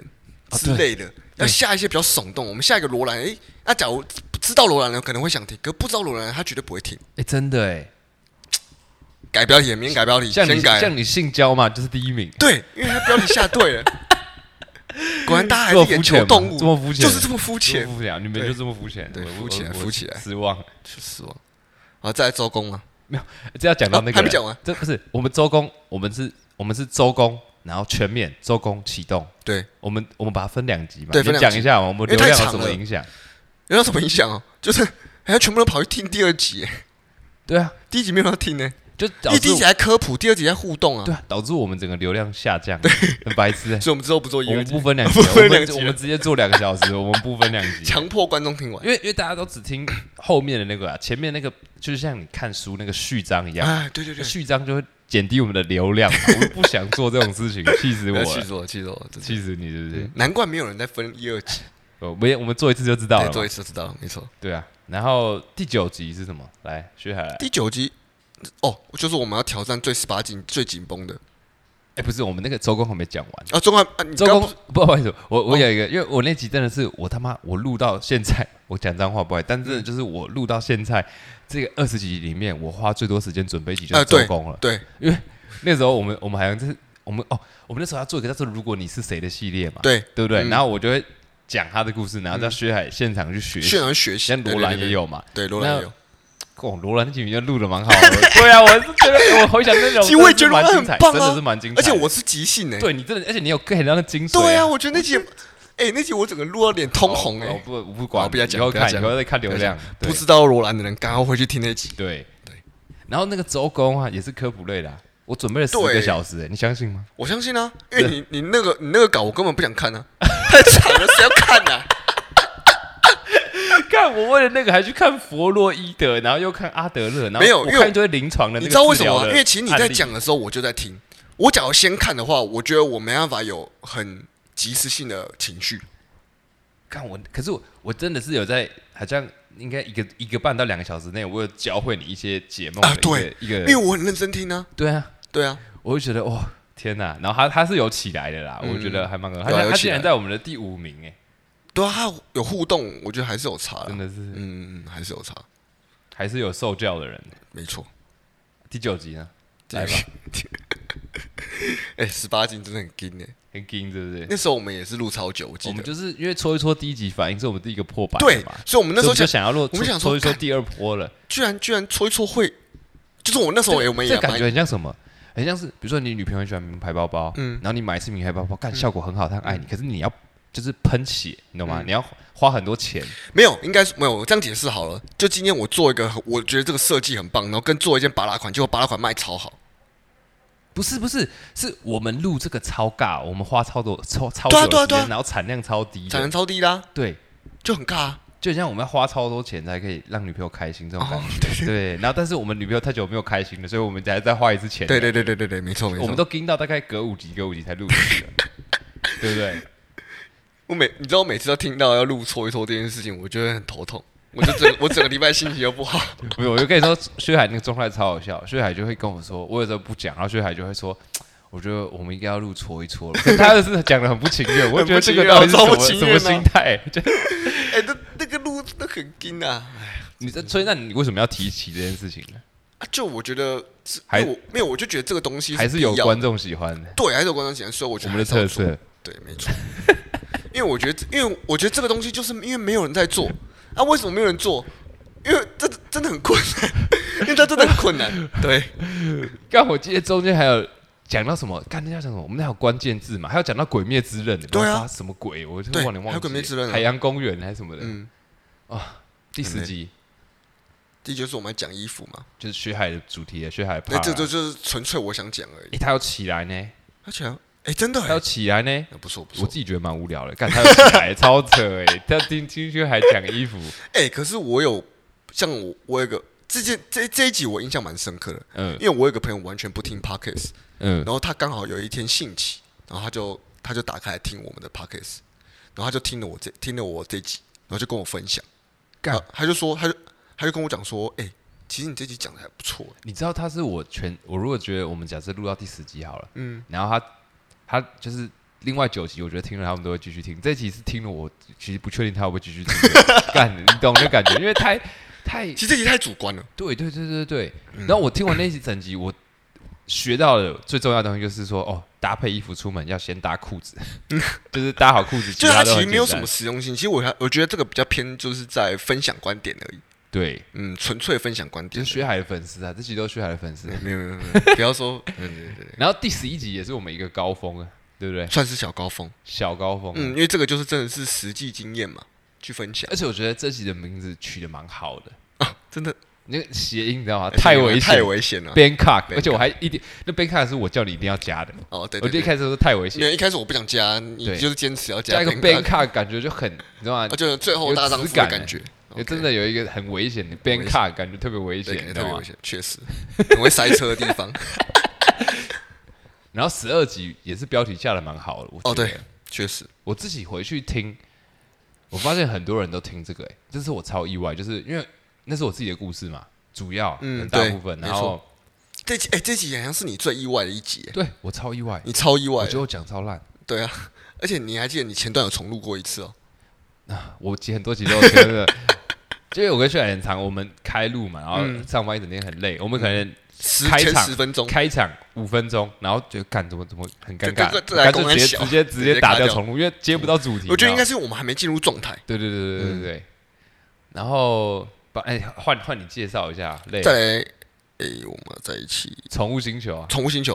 Speaker 3: 啊
Speaker 2: 之类的，要下一些比较耸动。我们下一个罗兰，诶，那假如知道罗兰了，可能会想听，可不知道罗兰，他绝对不会听。
Speaker 3: 哎、真的哎、
Speaker 2: 改标题，明天改标题，
Speaker 3: 像你
Speaker 2: 先改
Speaker 3: 像。你性交嘛，就是第一名，
Speaker 2: 对，因为他标题下对了。果然大家还
Speaker 3: 这么
Speaker 2: 是
Speaker 3: 肤
Speaker 2: 研
Speaker 3: 浅
Speaker 2: 究
Speaker 3: 吗
Speaker 2: 动物，
Speaker 3: 这么肤浅
Speaker 2: 就是这么肤
Speaker 3: 这
Speaker 2: 浅，
Speaker 3: 么肤浅，你们
Speaker 2: 对
Speaker 3: 就这么肤浅，
Speaker 2: 对
Speaker 3: 我
Speaker 2: 肤浅
Speaker 3: 我我
Speaker 2: 肤浅
Speaker 3: 失望。
Speaker 2: 失望。好，再来周公啊，
Speaker 3: 这要讲到那个人、
Speaker 2: 啊还没讲完
Speaker 3: 这不是我们周公，我们是我们是周公，然后全面周公启动，
Speaker 2: 对，
Speaker 3: 我们我们把它分两集嘛，
Speaker 2: 对
Speaker 3: 你
Speaker 2: 分两
Speaker 3: 讲
Speaker 2: 集
Speaker 3: 一下嘛，我们
Speaker 2: 因
Speaker 3: 流
Speaker 2: 为太
Speaker 3: 量有
Speaker 2: 长
Speaker 3: 什么
Speaker 2: 了
Speaker 3: 影响？
Speaker 2: 有什么影响哦？就是 还要全部都跑去听第二集，
Speaker 3: 对啊，
Speaker 2: 第一集没有人要听呢，
Speaker 3: 就
Speaker 2: 因
Speaker 3: 导
Speaker 2: 为
Speaker 3: 致
Speaker 2: 第一
Speaker 3: 我
Speaker 2: 集在科普，第二集在互动啊
Speaker 3: 对。啊，导致我们整个流量下降，很白痴、欸。
Speaker 2: 所以我们之后不做
Speaker 3: 我
Speaker 2: 一二
Speaker 3: 们
Speaker 2: 集
Speaker 3: 不，分两 集，
Speaker 2: 不分
Speaker 3: 我们
Speaker 2: 两集
Speaker 3: 我们直接做两个小 时，我们不分两集，
Speaker 2: 强迫观众听完。
Speaker 3: 因为因为大家都只听后面的那个啊，前面那个就是像你看书那个序章一样，
Speaker 2: 哎，对对对，
Speaker 3: 序章就会减低我们的流量嘛。我们不想做这种事情，气死我
Speaker 2: 要 气
Speaker 3: 了，
Speaker 2: 死我，气死我！真的
Speaker 3: 气死你是不是？
Speaker 2: 难怪没有人在分一二集，
Speaker 3: 哦我们也我们做一次就知道
Speaker 2: 对，
Speaker 3: 了
Speaker 2: 做
Speaker 3: 嘛。
Speaker 2: 一次就知道了，没错。
Speaker 3: 对啊，然后第九集是什么？来，薛海来，
Speaker 2: 第九集，哦，就是我们要挑战最十八禁、最紧绷的，
Speaker 3: 哎，不是，我们那个周公还没讲完。
Speaker 2: 啊，中华啊，你
Speaker 3: 周
Speaker 2: 刚刚
Speaker 3: 公
Speaker 2: 不是，哦
Speaker 3: 不好意思，我我有一个，因为我那集真的是我他妈我录到现在，我讲脏话不好意思，但真的就是我录到现在这个二十集里面，我花最多时间准备集就是
Speaker 2: 啊对
Speaker 3: 周公了。
Speaker 2: 对
Speaker 3: 那时候我们我们好像就是我们哦，我们那时候要做一个叫做“如果你是谁”的系列嘛，
Speaker 2: 对，
Speaker 3: 对不对？
Speaker 2: 嗯
Speaker 3: 然后我就会讲他的故事，然后叫薛海现场去学习
Speaker 2: 渲。染学习，
Speaker 3: 现在罗兰
Speaker 2: 对
Speaker 3: 也，有嘛？
Speaker 2: 对对对对罗兰
Speaker 3: 那
Speaker 2: 也有。
Speaker 3: 哦，罗兰那几集就录的蛮好的。 对啊，我是觉得我回想那种，
Speaker 2: 其实我也觉得罗
Speaker 3: 真的是蛮
Speaker 2: 兰
Speaker 3: 精彩，
Speaker 2: 很棒啊
Speaker 3: 真的是蛮精彩
Speaker 2: 而
Speaker 3: 的。
Speaker 2: 且我是即兴哎，
Speaker 3: 对你真的，而且你有 get 到那精髓。
Speaker 2: 对啊，，我觉得那 集，哎，那集我整个录到脸通
Speaker 3: 哦
Speaker 2: 红
Speaker 3: 我
Speaker 2: 哎，
Speaker 3: 不我不管，
Speaker 2: 好不要讲
Speaker 3: 以后
Speaker 2: 不要
Speaker 3: 看，
Speaker 2: 讲
Speaker 3: 以后再看流量。对
Speaker 2: 不知道罗兰的人刚刚会去听那集，
Speaker 3: 对
Speaker 2: 对。
Speaker 3: 然后那个周公啊，也是科普类的啊，我准备了十
Speaker 2: 对
Speaker 3: 个小时，哎你相信 吗？
Speaker 2: 我相信啊，因为你你那个你那个稿我根本不想看啊， 太长了，谁要看啊？
Speaker 3: 看我为了那个还去看佛洛伊德，然后又看阿德勒，然后
Speaker 2: 没有
Speaker 3: 我
Speaker 2: 因为
Speaker 3: 看一堆临床的 那
Speaker 2: 你
Speaker 3: 个
Speaker 2: 知道为什
Speaker 3: 治
Speaker 2: 么
Speaker 3: 疗
Speaker 2: 吗？
Speaker 3: 的
Speaker 2: 因为其实你在
Speaker 3: 案例，
Speaker 2: 讲的时候，我就在听。我假如先看的话，我觉得我没办法有很及时性的情绪。
Speaker 3: 看我，可是我我真的是有在，好像应该一个一个半到两个小时内，我有教会你一些解梦的
Speaker 2: 啊
Speaker 3: 一个、
Speaker 2: 对
Speaker 3: 哦一个，
Speaker 2: 因为我很认真听啊。
Speaker 3: 对啊，
Speaker 2: 对啊，
Speaker 3: 我就觉得哇天哪，然后他他是有起来的啦，我觉得还蛮可怕，
Speaker 2: 对啊
Speaker 3: 他
Speaker 2: 有
Speaker 3: 他
Speaker 2: 起
Speaker 3: 竟
Speaker 2: 来
Speaker 3: 然在我们的第五名哎、
Speaker 2: 对啊，他有互动，我觉得还是有差啦啊
Speaker 3: 真的是、
Speaker 2: 嗯，嗯还是有差，
Speaker 3: 还是有受教的人。
Speaker 2: 没错。
Speaker 3: 第九集呢，来吧，
Speaker 2: 哎，十八禁真的很惊哎、
Speaker 3: 很硬对不对？
Speaker 2: 那时候我们也是录超久，我记
Speaker 3: 我们
Speaker 2: 得。
Speaker 3: 就是因为戳一戳第一集反应是我们第一个破百的
Speaker 2: 对
Speaker 3: 嘛，，
Speaker 2: 所以我们那时候
Speaker 3: 所以我们就
Speaker 2: 想，
Speaker 3: 想要落，
Speaker 2: 我们想说
Speaker 3: 戳一戳
Speaker 2: 干
Speaker 3: 第二波了。
Speaker 2: 居然居然搓一搓会，就是我那时候也我们也
Speaker 3: 这感
Speaker 2: 蛮
Speaker 3: 觉很像什么？很像是，比如说你女朋友很喜欢名牌包包，
Speaker 2: 嗯
Speaker 3: 然后你买一次名牌包包，干效果很好，她很爱你，可是你要就是喷血，你懂
Speaker 2: 嗯
Speaker 3: 吗？你要花很多钱，
Speaker 2: 没有，应该是没有。我这样解释好了，就今天我做一个，我觉得这个设计很棒，然后跟做一件巴拉款，结果巴拉款卖超好。
Speaker 3: 不是不是，是我们录这个超尬，我们花超多超超
Speaker 2: 对啊
Speaker 3: 久的时
Speaker 2: 对啊对
Speaker 3: 间，
Speaker 2: 啊
Speaker 3: 然后产量超低的，
Speaker 2: 产能超低啦、
Speaker 3: 对，
Speaker 2: 就很尬、啊。
Speaker 3: 就像我们要花超多钱才可以让女朋友开心这
Speaker 2: 哦
Speaker 3: 种感觉，对。然后但是我们女朋友太久没有开心了，所以我们才再花一次钱，
Speaker 2: 对对对对对对，没错没错。
Speaker 3: 我们都盯到大概隔五集隔五集才录一 次了，对不对？
Speaker 2: 我每你知道我每次都听到要录搓一搓这件事情，我觉得很头痛。我就整我整个礼拜心情又不好。
Speaker 3: 不是，我就跟你说，薛海那个状态超好笑。薛海就会跟我说，我有时候不讲，然后薛海就会说，我觉得我们应该要录戳一戳了。可是他就是讲的很不情愿，我就觉得这个到底是什
Speaker 2: 很不
Speaker 3: 么
Speaker 2: 情
Speaker 3: 什
Speaker 2: 愿
Speaker 3: 么
Speaker 2: 啊
Speaker 3: 心态？ 就
Speaker 2: 哎、那那个录那很惊啊！
Speaker 3: 你这，所以那你为什么要提起这件事情呢？
Speaker 2: 啊就我觉得是，因
Speaker 3: 还
Speaker 2: 为我没有，我就觉得这个东西
Speaker 3: 还
Speaker 2: 是
Speaker 3: 是有
Speaker 2: 必要的
Speaker 3: 观众喜欢的，
Speaker 2: 对，还是有观众喜欢，所以我觉
Speaker 3: 我
Speaker 2: 得
Speaker 3: 们的
Speaker 2: 还是要
Speaker 3: 特
Speaker 2: 做
Speaker 3: 色。
Speaker 2: 对，没错。 因为我觉得，因为我觉得这个东西就是因为没有人在做啊，为什么没有人做？因为这真的很困难，因为它真的很困难。对，
Speaker 3: 刚我记得中间还有讲到什么，干那叫什么？我们那还有关键字嘛，还有讲到《鬼灭之刃》的，
Speaker 2: 对啊
Speaker 3: 不知道发什么鬼？我就
Speaker 2: 对
Speaker 3: 忘了忘记了。
Speaker 2: 还有鬼灭之刃啊
Speaker 3: 海洋公园还是什么的？哦
Speaker 2: 嗯，
Speaker 3: 第十集
Speaker 2: 这就是我们讲衣服嘛，
Speaker 3: 就是薛海的主题，啊薛海怕。
Speaker 2: 那哎这就就是纯粹我想讲而已。
Speaker 3: 诶他要起来呢，
Speaker 2: 而且，哎，真的
Speaker 3: 他
Speaker 2: 欸，
Speaker 3: 要起来呢。
Speaker 2: 那不错不
Speaker 3: 我
Speaker 2: 错
Speaker 3: 自。己觉得蛮无聊的，干他有起来超扯哎、他听听去还讲衣服，
Speaker 2: 哎，可是我有像我我有一个这件这这一集我印象蛮深刻的，
Speaker 3: 嗯
Speaker 2: 因为我有一个朋友完全不听 Pockets，
Speaker 3: 嗯
Speaker 2: 然，后他刚好有一天兴起，然后他就他就打开来听我们的 podcast，然后他就听了我这听了我这集，然后就跟我分享，
Speaker 3: 干
Speaker 2: 啊他就说他就他就跟我讲说，哎、其实你这集讲的还不错，
Speaker 3: 你知道他是我全我如果觉得我们假设录到第十集好了，
Speaker 2: 嗯，
Speaker 3: 然后他他就是另外九集，我觉得听了他们都会继续听，这集是听了我其实不确定他会不会继续听， 干你懂那感觉，因为太太
Speaker 2: 其实这集太主观了，
Speaker 3: 对对对对对，
Speaker 2: 嗯
Speaker 3: 然后我听完那一集整集我。学到的最重要的东西就是说，哦，搭配衣服出门要先搭裤子， 就是搭好 裤子。
Speaker 2: 就是他
Speaker 3: 他都
Speaker 2: 其
Speaker 3: 很
Speaker 2: 实没有
Speaker 3: 简
Speaker 2: 什
Speaker 3: 单
Speaker 2: 么实用性，其实我还我觉得这个比较偏就是在分享观点而已，
Speaker 3: 对，
Speaker 2: 嗯，纯粹分享观
Speaker 3: 就
Speaker 2: 点而
Speaker 3: 是
Speaker 2: 已。
Speaker 3: 薛海的粉丝啊，这集都是薛海的粉丝。
Speaker 2: 没有没有没有，不要 说，对对对对，
Speaker 3: 然后第十一集也是我们一个高峰啊，对不对？
Speaker 2: 算是小高峰，
Speaker 3: 小高峰、啊
Speaker 2: 嗯，因为这个就是真的是实际经验嘛，去分享，
Speaker 3: 而且我觉得这集的名字取得蛮好的，
Speaker 2: 真的
Speaker 3: 那个谐音你知道吗？太危险，
Speaker 2: 啊太危险啊了。
Speaker 3: Bangkok，而且我还一定那 Bangkok 是我叫你一定要加的，
Speaker 2: 哦，对，
Speaker 3: 我
Speaker 2: 对
Speaker 3: 就
Speaker 2: 对
Speaker 3: 一开始说太危
Speaker 2: 没
Speaker 3: 险，
Speaker 2: 有，一开始我不想加，你
Speaker 3: 对
Speaker 2: 就是坚持要加
Speaker 3: 加一个
Speaker 2: Bangkok
Speaker 3: Bangkok 感觉就很，你知道吗
Speaker 2: 啊，？就是最后大丈夫的感觉，
Speaker 3: 有
Speaker 2: OK
Speaker 3: 真的有一个很危险的 Bangkok 感觉特别危
Speaker 2: 对，
Speaker 3: 险，
Speaker 2: 感觉
Speaker 3: 你知
Speaker 2: 特别
Speaker 3: 道
Speaker 2: 危
Speaker 3: 吗？
Speaker 2: 险，确实很会塞车的地 方。
Speaker 3: 然后十二集也是标题下的蛮好的，我
Speaker 2: 哦，
Speaker 3: 觉得
Speaker 2: 对，确实，
Speaker 3: 我自己回去听，我发现很多人都听这个、欸，这是我超意外，就是因为那是我自己的故事嘛，主要
Speaker 2: 嗯
Speaker 3: 很大部分，
Speaker 2: 对
Speaker 3: 然后
Speaker 2: 这集哎、这集好像是你最意外的一集耶，
Speaker 3: 对我超意外，
Speaker 2: 你超意
Speaker 3: 我
Speaker 2: 外
Speaker 3: 觉得
Speaker 2: 的，
Speaker 3: 我讲超烂
Speaker 2: 对啊，而且你还记得你前段有重录过一次哦，
Speaker 3: 啊，我剪很多集都有真 的。因为我跟旭然很长，我们开录嘛，然后上班一整天很累，我们可能
Speaker 2: 十
Speaker 3: 开
Speaker 2: 前
Speaker 3: 场
Speaker 2: 十分钟，
Speaker 3: 开场五分钟，然后就干怎么怎么很尴尬
Speaker 2: 对对，对
Speaker 3: 干脆直接
Speaker 2: 这来
Speaker 3: 直接直接打掉重录，因为接不到主题。
Speaker 2: 我觉得应该
Speaker 3: 是
Speaker 2: 是嗯我们还没进入状态，
Speaker 3: 对对对对对对对。然后把哎换换你介绍一下，累
Speaker 2: 再来，哎、我们在一起
Speaker 3: 宠物星球啊，
Speaker 2: 宠物星球，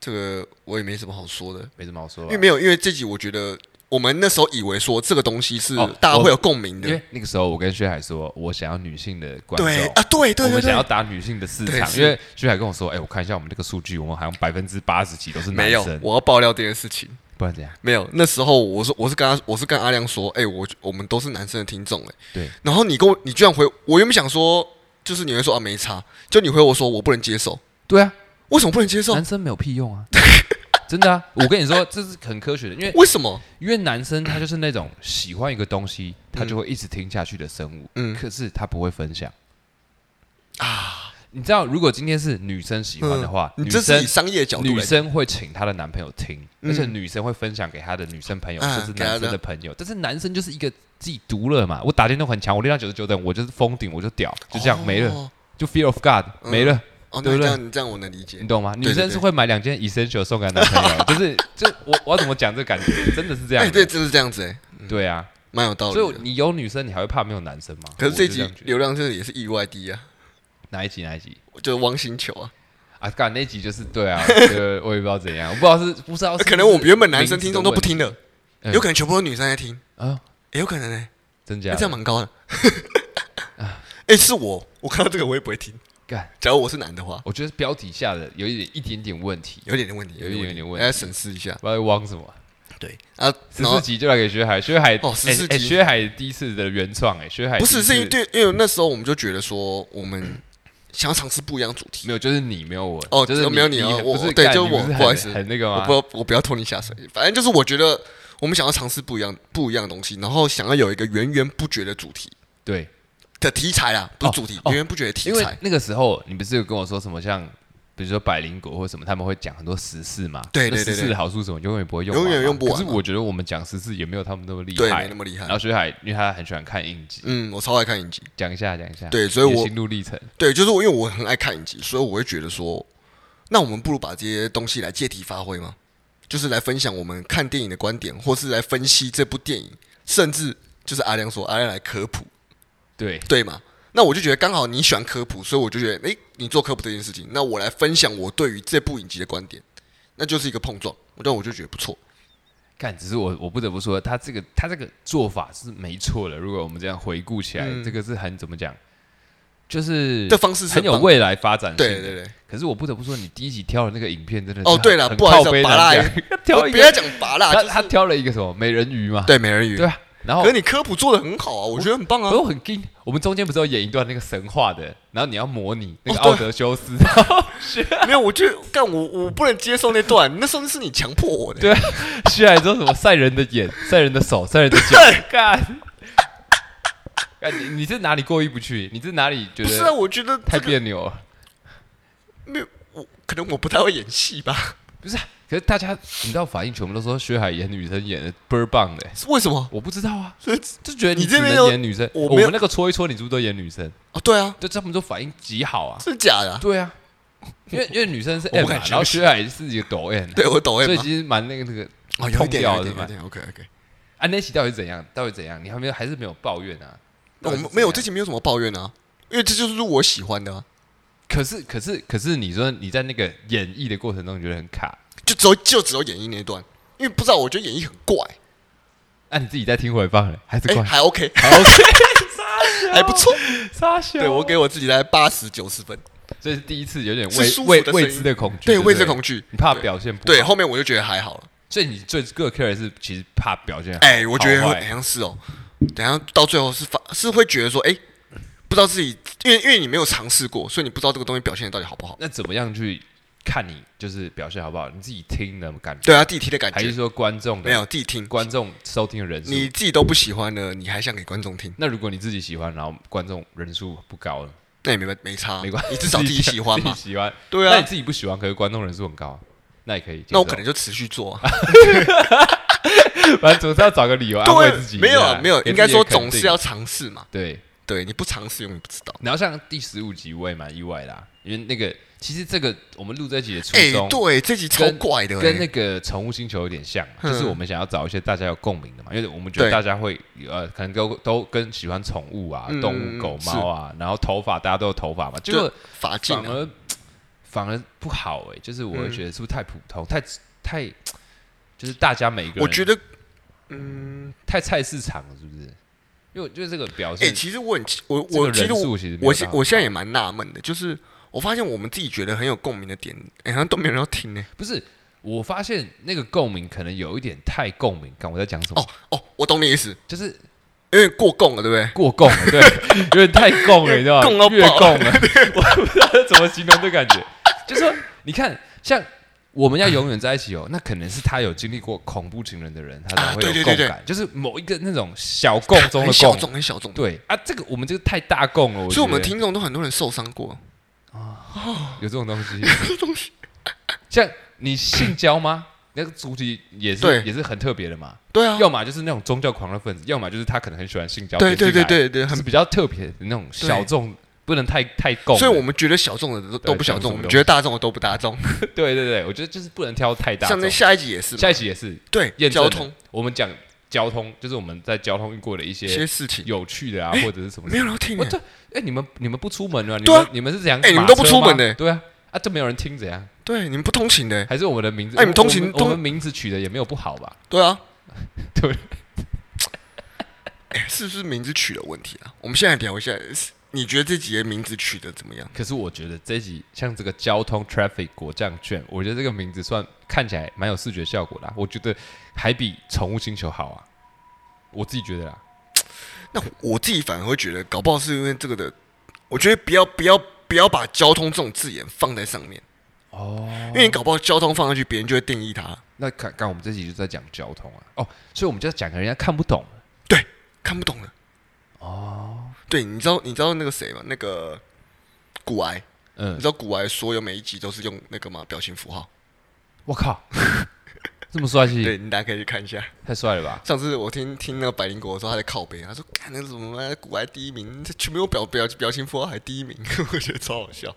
Speaker 2: 这个我也没什么好说的，
Speaker 3: 没什么好说啊
Speaker 2: 因
Speaker 3: 吧
Speaker 2: 为。没有，因为这集我觉得我们那时候以为说这个东西是
Speaker 3: 哦
Speaker 2: 大家
Speaker 3: 我
Speaker 2: 会有共鸣的，
Speaker 3: 因为那个时候我跟薛海说，我想要女性的观众，
Speaker 2: 对啊，对对对
Speaker 3: 我们想要
Speaker 2: 对，
Speaker 3: 打女性的市
Speaker 2: 对
Speaker 3: 场，
Speaker 2: 是
Speaker 3: 因为薛海跟我说，哎、我看一下我们这个数据，我们好像百分之八十几都是男
Speaker 2: 没有
Speaker 3: 生，，
Speaker 2: 我要爆料这件事情。
Speaker 3: 不然怎样？
Speaker 2: 没有，那时候我是我是跟他我是跟阿亮说，哎、我我们都是男生的听众哎、
Speaker 3: 对。
Speaker 2: 然后你跟我你居然回，我原本想说就是你会说啊没差，就你回我说我不能接受，
Speaker 3: 对啊，
Speaker 2: 为什么不能接受？
Speaker 3: 男生没有屁用啊， 真的啊！我跟你说，这是很科学的，因为
Speaker 2: 为什么？
Speaker 3: 因为男生他就是那种喜欢一个东西，他就会一直听下去的生物，
Speaker 2: 嗯
Speaker 3: 可是他不会分享啊。你知道，如果今天是女生喜欢的话，
Speaker 2: 嗯你
Speaker 3: 女
Speaker 2: 这是
Speaker 3: 生
Speaker 2: 以商业角度
Speaker 3: 女
Speaker 2: 来，
Speaker 3: 生会请她的男朋友听，
Speaker 2: 嗯
Speaker 3: 而且女生会分享给她的女生朋友，
Speaker 2: 啊
Speaker 3: 甚至男生的朋友。但是男生就是一个自己独乐嘛，我打电动很强，我练到九十九等，我就是封顶，我就屌，就这样、没了，
Speaker 2: 哦，
Speaker 3: 就 fear of God
Speaker 2: 嗯
Speaker 3: 没了，
Speaker 2: 哦
Speaker 3: 对
Speaker 2: 那
Speaker 3: 不
Speaker 2: 这
Speaker 3: 对
Speaker 2: 样你这样我能理解
Speaker 3: 你。懂吗？
Speaker 2: 对
Speaker 3: 女生是会买两件 essential 送给她男 朋友，就是就我我要怎么讲这感觉，真的是这
Speaker 2: 哎、
Speaker 3: 样的，
Speaker 2: 对，真是这样子哎、
Speaker 3: 对啊，
Speaker 2: 蛮有道理
Speaker 3: 所
Speaker 2: 的。
Speaker 3: 以你有女生，你还会怕没有男生吗？
Speaker 2: 可是这
Speaker 3: 我就
Speaker 2: 集
Speaker 3: 样觉得
Speaker 2: 流量真的也是意外低啊，
Speaker 3: 哪一集哪一集
Speaker 2: 就是汪星球啊，
Speaker 3: 啊？干那集就是对 啊，对，我也不知道怎样，我不知道是不知道哦是不是
Speaker 2: 可能我们原本男生听众都不听了，
Speaker 3: 嗯
Speaker 2: 有可能全部都女生在听，
Speaker 3: 啊，
Speaker 2: 也有可能哎、
Speaker 3: 真假
Speaker 2: 那
Speaker 3: 的？
Speaker 2: 这样蛮高的。 哎、是我，我看到这个我也不会听。
Speaker 3: 干，
Speaker 2: 假如我是男的话，
Speaker 3: 我觉得标题下的有一点一点点问题，
Speaker 2: 有点点问题，
Speaker 3: 有一点点问题
Speaker 2: 大家审视一下。
Speaker 3: 不知道在汪什么。
Speaker 2: 对啊，
Speaker 3: 十
Speaker 2: 然后
Speaker 3: 四集就来给薛海，薛海
Speaker 2: 哦14
Speaker 3: 哎哎
Speaker 2: 集
Speaker 3: 薛海第一次的原创哎，薛海
Speaker 2: 不是
Speaker 3: 第
Speaker 2: 是
Speaker 3: 一
Speaker 2: 因
Speaker 3: 次
Speaker 2: 为对，因为那时候我们就觉得说我们想要尝试不一样的主题
Speaker 3: 没。有，就是你没有我
Speaker 2: 哦
Speaker 3: 就是
Speaker 2: 没有
Speaker 3: 你
Speaker 2: 你哦
Speaker 3: 很
Speaker 2: 我
Speaker 3: 不是
Speaker 2: 对
Speaker 3: 干
Speaker 2: 就
Speaker 3: 你
Speaker 2: 我
Speaker 3: 是很
Speaker 2: 不好意思
Speaker 3: 很那个
Speaker 2: 我
Speaker 3: 吗
Speaker 2: 不？要我不要拖你下水，反正就是我觉得我们想要尝试不一样不一样的东西，然后想要有一个源源不绝的主题
Speaker 3: 对，
Speaker 2: 的题材啊，不是
Speaker 3: 哦
Speaker 2: 主题，
Speaker 3: 哦
Speaker 2: 源源不绝的题
Speaker 3: 因为
Speaker 2: 材。
Speaker 3: 那个时候你不是有跟我说什么像，比如说百灵果或什么，他们会讲很多时事嘛？
Speaker 2: 对对对
Speaker 3: 那时
Speaker 2: 对
Speaker 3: 事的好处是什么，永远不会用完嘛，
Speaker 2: 永远用不完
Speaker 3: 可是
Speaker 2: 嘛
Speaker 3: 我觉得我们讲时事也没有他们那么厉
Speaker 2: 对，
Speaker 3: 害
Speaker 2: 没那。么厉害
Speaker 3: 然。后薛海，因为他很喜欢看影集，
Speaker 2: 嗯，我超爱看影集。
Speaker 3: 讲一下讲一下，
Speaker 2: 对所以
Speaker 3: 你的
Speaker 2: 我
Speaker 3: 心路历程。
Speaker 2: 对，就是我因为我很爱看影集，所以我会觉得说，那我们不如把这些东西来借题发挥嘛，就是来分享我们看电影的观点，或是来分析这部电影，甚至就是阿亮说阿亮来科普，
Speaker 3: 对，
Speaker 2: 对吗？那我就觉得刚好你喜欢科普，所以我就觉得，诶，你做科普这件事情，那我来分享我对于这部影集的观点，那就是一个碰撞，我但我就觉得不错。
Speaker 3: 看，只是我我不得不说，他这个他这个做法是没错的。如果我们这样回顾起来，
Speaker 2: 嗯
Speaker 3: 这个是很怎么讲，就是
Speaker 2: 这方式是
Speaker 3: 很有
Speaker 2: 棒的
Speaker 3: 未来发展性
Speaker 2: 对
Speaker 3: 的。
Speaker 2: 对对，
Speaker 3: 可是我不得不说，你第一集挑的那个影片真的是
Speaker 2: 哦
Speaker 3: 很
Speaker 2: 对了
Speaker 3: 很
Speaker 2: 不好意思
Speaker 3: 靠背
Speaker 2: 拔蜡
Speaker 3: 难讲 挑
Speaker 2: 我
Speaker 3: 一
Speaker 2: 不
Speaker 3: 个
Speaker 2: 要讲拔蜡，
Speaker 3: 他
Speaker 2: 就是
Speaker 3: 他挑了一个什么美人鱼嘛？
Speaker 2: 对美人鱼，
Speaker 3: 对啊，然后
Speaker 2: 可是你科普做的很好啊，我觉得很棒啊
Speaker 3: 可是。我很惊，我们中间不是有演一段那个神话的，然后你要模拟那个
Speaker 2: 哦对
Speaker 3: 奥德修斯，
Speaker 2: 没有，我就干我我不能接受那段，那上次是你强迫我的。
Speaker 3: 对居然说什么赛人的眼、赛人的手、赛人的脚，干，干你你是哪里过意不去？你是哪里觉
Speaker 2: 不是啊，
Speaker 3: 得
Speaker 2: 我觉得
Speaker 3: 太
Speaker 2: 这个
Speaker 3: 别扭了？
Speaker 2: 没有，我可能我不太会演戏 吧？
Speaker 3: 不是啊，可是大家你知道反应全部都说薛海演女生演的倍儿棒的、
Speaker 2: 为什么？
Speaker 3: 我不知道啊，
Speaker 2: 所以
Speaker 3: 就觉得
Speaker 2: 你
Speaker 3: 只
Speaker 2: 这边
Speaker 3: 能
Speaker 2: 有
Speaker 3: 演女生，
Speaker 2: 我
Speaker 3: 我
Speaker 2: 没有
Speaker 3: 们那个搓一搓，你是不是都演女生？
Speaker 2: 哦，对啊，
Speaker 3: 就他们都反应极好啊，
Speaker 2: 真假的啊？
Speaker 3: 对啊，因为因为女生是
Speaker 2: 我不
Speaker 3: M，嘛啊
Speaker 2: 敢
Speaker 3: 然
Speaker 2: 相
Speaker 3: 后
Speaker 2: 信
Speaker 3: 薛海是一个抖 M，
Speaker 2: 对，我懂
Speaker 3: 所
Speaker 2: M
Speaker 3: 以
Speaker 2: 啊
Speaker 3: 其实蛮那个那个
Speaker 2: 哦，有一点，
Speaker 3: 痛掉
Speaker 2: 有
Speaker 3: 了
Speaker 2: 一点，
Speaker 3: 是
Speaker 2: 有
Speaker 3: 吧
Speaker 2: 一点。OK OK，
Speaker 3: 啊，那期到底怎样？到底怎样？你还没有还是没有抱怨啊？
Speaker 2: 那我
Speaker 3: 到
Speaker 2: 们
Speaker 3: 底是
Speaker 2: 没有这
Speaker 3: 怎样
Speaker 2: 期没有什么抱怨啊，因为这就是我喜欢的啊，
Speaker 3: 可是可是可是，你说你在那个演绎的过程中，你觉得很卡？
Speaker 2: 就只有就只有演绎那一段，因为不知道我觉得演绎很怪，
Speaker 3: 那、啊你自己在听回放了，还是
Speaker 2: 哎，
Speaker 3: 怪？
Speaker 2: 还 OK，
Speaker 3: 还 OK，
Speaker 2: 还不 错。
Speaker 3: 傻笑
Speaker 2: 对我给我自己来八十九十分，
Speaker 3: 这是第一次有点
Speaker 2: 是舒服
Speaker 3: 未
Speaker 2: 的
Speaker 3: 未
Speaker 2: 声音
Speaker 3: 未知的恐惧，
Speaker 2: 对
Speaker 3: 不
Speaker 2: 未知恐惧，
Speaker 3: 你怕
Speaker 2: 对
Speaker 3: 表现不
Speaker 2: 对，
Speaker 3: 好，
Speaker 2: 后面我就觉得还好了。
Speaker 3: 所以你最个 care 是其实怕表现好
Speaker 2: 哎，我觉得
Speaker 3: 好
Speaker 2: 好
Speaker 3: 坏
Speaker 2: 像是哦，等一下到最后是发是会觉得说，哎，不知道自己，因为因为你没有尝试过，所以你不知道这个东西表现的到底好不好。
Speaker 3: 那怎么样去看你就是表现好不好？你自己听的感觉，
Speaker 2: 对啊，地梯的感
Speaker 3: 还是
Speaker 2: 觉
Speaker 3: 说观众的
Speaker 2: 没有地听，
Speaker 3: 观众收听的人数？
Speaker 2: 你自己都不喜欢了，你还想给观众听？
Speaker 3: 那如果你自己喜欢，然后观众人数不高了，
Speaker 2: 那也没没差，
Speaker 3: 没关系，
Speaker 2: 啊你至少自己喜欢嘛
Speaker 3: 自。己喜欢。
Speaker 2: 对
Speaker 3: 那
Speaker 2: 啊，
Speaker 3: 你自己不喜欢，可是观众人数很高，啊那也可以接受。
Speaker 2: 那我可能就持续做啊。
Speaker 3: 反正总是要找个理由安慰自己
Speaker 2: 对，
Speaker 3: 一下。
Speaker 2: 没有啊没有，
Speaker 3: 给自己
Speaker 2: 应该说
Speaker 3: 一个肯
Speaker 2: 总
Speaker 3: 定
Speaker 2: 是要尝试嘛。
Speaker 3: 对。
Speaker 2: 对，你不尝试永远不知道。
Speaker 3: 然后像第十五集，我也蛮意外啦，因为那个其实这个我们录这集的初
Speaker 2: 哎，
Speaker 3: 衷，
Speaker 2: 对，这集超怪的欸，
Speaker 3: 跟那个《宠物星球》有点像嘛，
Speaker 2: 嗯
Speaker 3: 就是我们想要找一些大家有共鸣的嘛，因为我们觉得
Speaker 2: 对
Speaker 3: 大家会呃，可能都都跟喜欢宠物啊、
Speaker 2: 嗯
Speaker 3: 动物、狗、猫啊，然后头发大家都有头发嘛，结果
Speaker 2: 法镜
Speaker 3: 反
Speaker 2: 啊，
Speaker 3: 而反而不好哎、就是我
Speaker 2: 嗯
Speaker 3: 会觉得是不是太普通，太太就是大家每一个人，
Speaker 2: 我觉得
Speaker 3: 太菜市场了，是不是？因为我觉得这个表
Speaker 2: 哎、
Speaker 3: 现，
Speaker 2: 其实我很奇，我
Speaker 3: 这
Speaker 2: 我
Speaker 3: 个
Speaker 2: 其实
Speaker 3: 人
Speaker 2: 我
Speaker 3: 数其实没有
Speaker 2: 我现
Speaker 3: 到
Speaker 2: 我现在也蛮纳闷的，就是我发现我们自己觉得很有共鸣的点，哎、好像都没有人要听呢、
Speaker 3: 不是。我发现那个共鸣可能有一点太共鸣感，我在讲什么？
Speaker 2: 哦哦，我懂你意思，
Speaker 3: 就是
Speaker 2: 有点过共了，对不对？
Speaker 3: 过共了，对，有点太共了，你知 道吗？
Speaker 2: 共到爆
Speaker 3: 越共了，我不知道怎么形容这感觉。 就说你看，像我们要永远在一起哦，那可能是他有经历过恐怖情人的人，他才
Speaker 2: 啊
Speaker 3: 会有
Speaker 2: 对对
Speaker 3: 共
Speaker 2: 对
Speaker 3: 感，就是某一个那种小共 中的
Speaker 2: 很小
Speaker 3: 共。
Speaker 2: 众，很小众。
Speaker 3: 对啊，这个我们这个太大共了，
Speaker 2: 所以我们
Speaker 3: 觉得
Speaker 2: 听众都很多人受伤 过，
Speaker 3: 有这种东西，像你性交 吗？那个主体也是
Speaker 2: 对
Speaker 3: 也是很特别的嘛，
Speaker 2: 对啊，
Speaker 3: 要么就是那种宗教狂热分子，要么就是他可能很喜欢性交，
Speaker 2: 对
Speaker 3: 点进
Speaker 2: 对
Speaker 3: 来
Speaker 2: 对对对，很
Speaker 3: 是。比较特别的那种小众，不能太太共。
Speaker 2: 所以我们觉得小众的都
Speaker 3: 对
Speaker 2: 都不小
Speaker 3: 小众
Speaker 2: 众，我
Speaker 3: 的
Speaker 2: 们觉得大众的都不大众。
Speaker 3: 对对对，我觉得就是不能挑太大
Speaker 2: 像
Speaker 3: 众
Speaker 2: 那。下一集也是嘛，
Speaker 3: 下一集也是
Speaker 2: 对
Speaker 3: 验证
Speaker 2: 交
Speaker 3: 了
Speaker 2: 通，
Speaker 3: 我们讲交通，就是我们在交通遇过的一
Speaker 2: 一
Speaker 3: 些
Speaker 2: 些事情
Speaker 3: 有趣 的啊，或者是什么
Speaker 2: 没。有人要听、
Speaker 3: 我
Speaker 2: 欸
Speaker 3: 这，哎，你们你们不出门啊？你
Speaker 2: 对啊
Speaker 3: 们你们是怎样？
Speaker 2: 哎你们都不出门
Speaker 3: 呢？
Speaker 2: 呢
Speaker 3: 对啊，啊，这没有人听怎样？
Speaker 2: 对，你们不通勤的、欸，
Speaker 3: 还是我们的名字？
Speaker 2: 哎你们通勤
Speaker 3: 我们
Speaker 2: 通
Speaker 3: 我们名字取的也没有不好吧？
Speaker 2: 对啊，
Speaker 3: 对，
Speaker 2: 哎、是不是名字取的问题啊？我们现在聊一下，是你觉得这集的名字取的怎么样？
Speaker 3: 可是我觉得这一集像这个交通 traffic 果酱卷，我觉得这个名字算看起来蛮有视觉效果的啊、我觉得还比宠物星球好啊，我自己觉得啦。
Speaker 2: 那我自己反而会觉得，搞不好是因为这个的，我觉得不要不要不要把交通这种字眼放在上面，
Speaker 3: 哦
Speaker 2: 因，为你搞不好交通放上去，别人就会定义它，
Speaker 3: 那看刚我们这集就在讲交通啊，哦，所以我们就在讲人家看不懂
Speaker 2: 看不懂了。哦，对，你知道你知道那个谁吗？那个古癌，你
Speaker 3: 嗯
Speaker 2: 知，道古癌所有每一集都是用那个吗？表情符号。
Speaker 3: 我靠， 这么帅气，
Speaker 2: 对，你大家可以去看一下。
Speaker 3: 太帅了吧？
Speaker 2: 上次我听听那个百灵果的时候，他在靠背，他说：“看那什么古癌第一名，这全没有表表表情符号还第一名， 我觉得超好笑。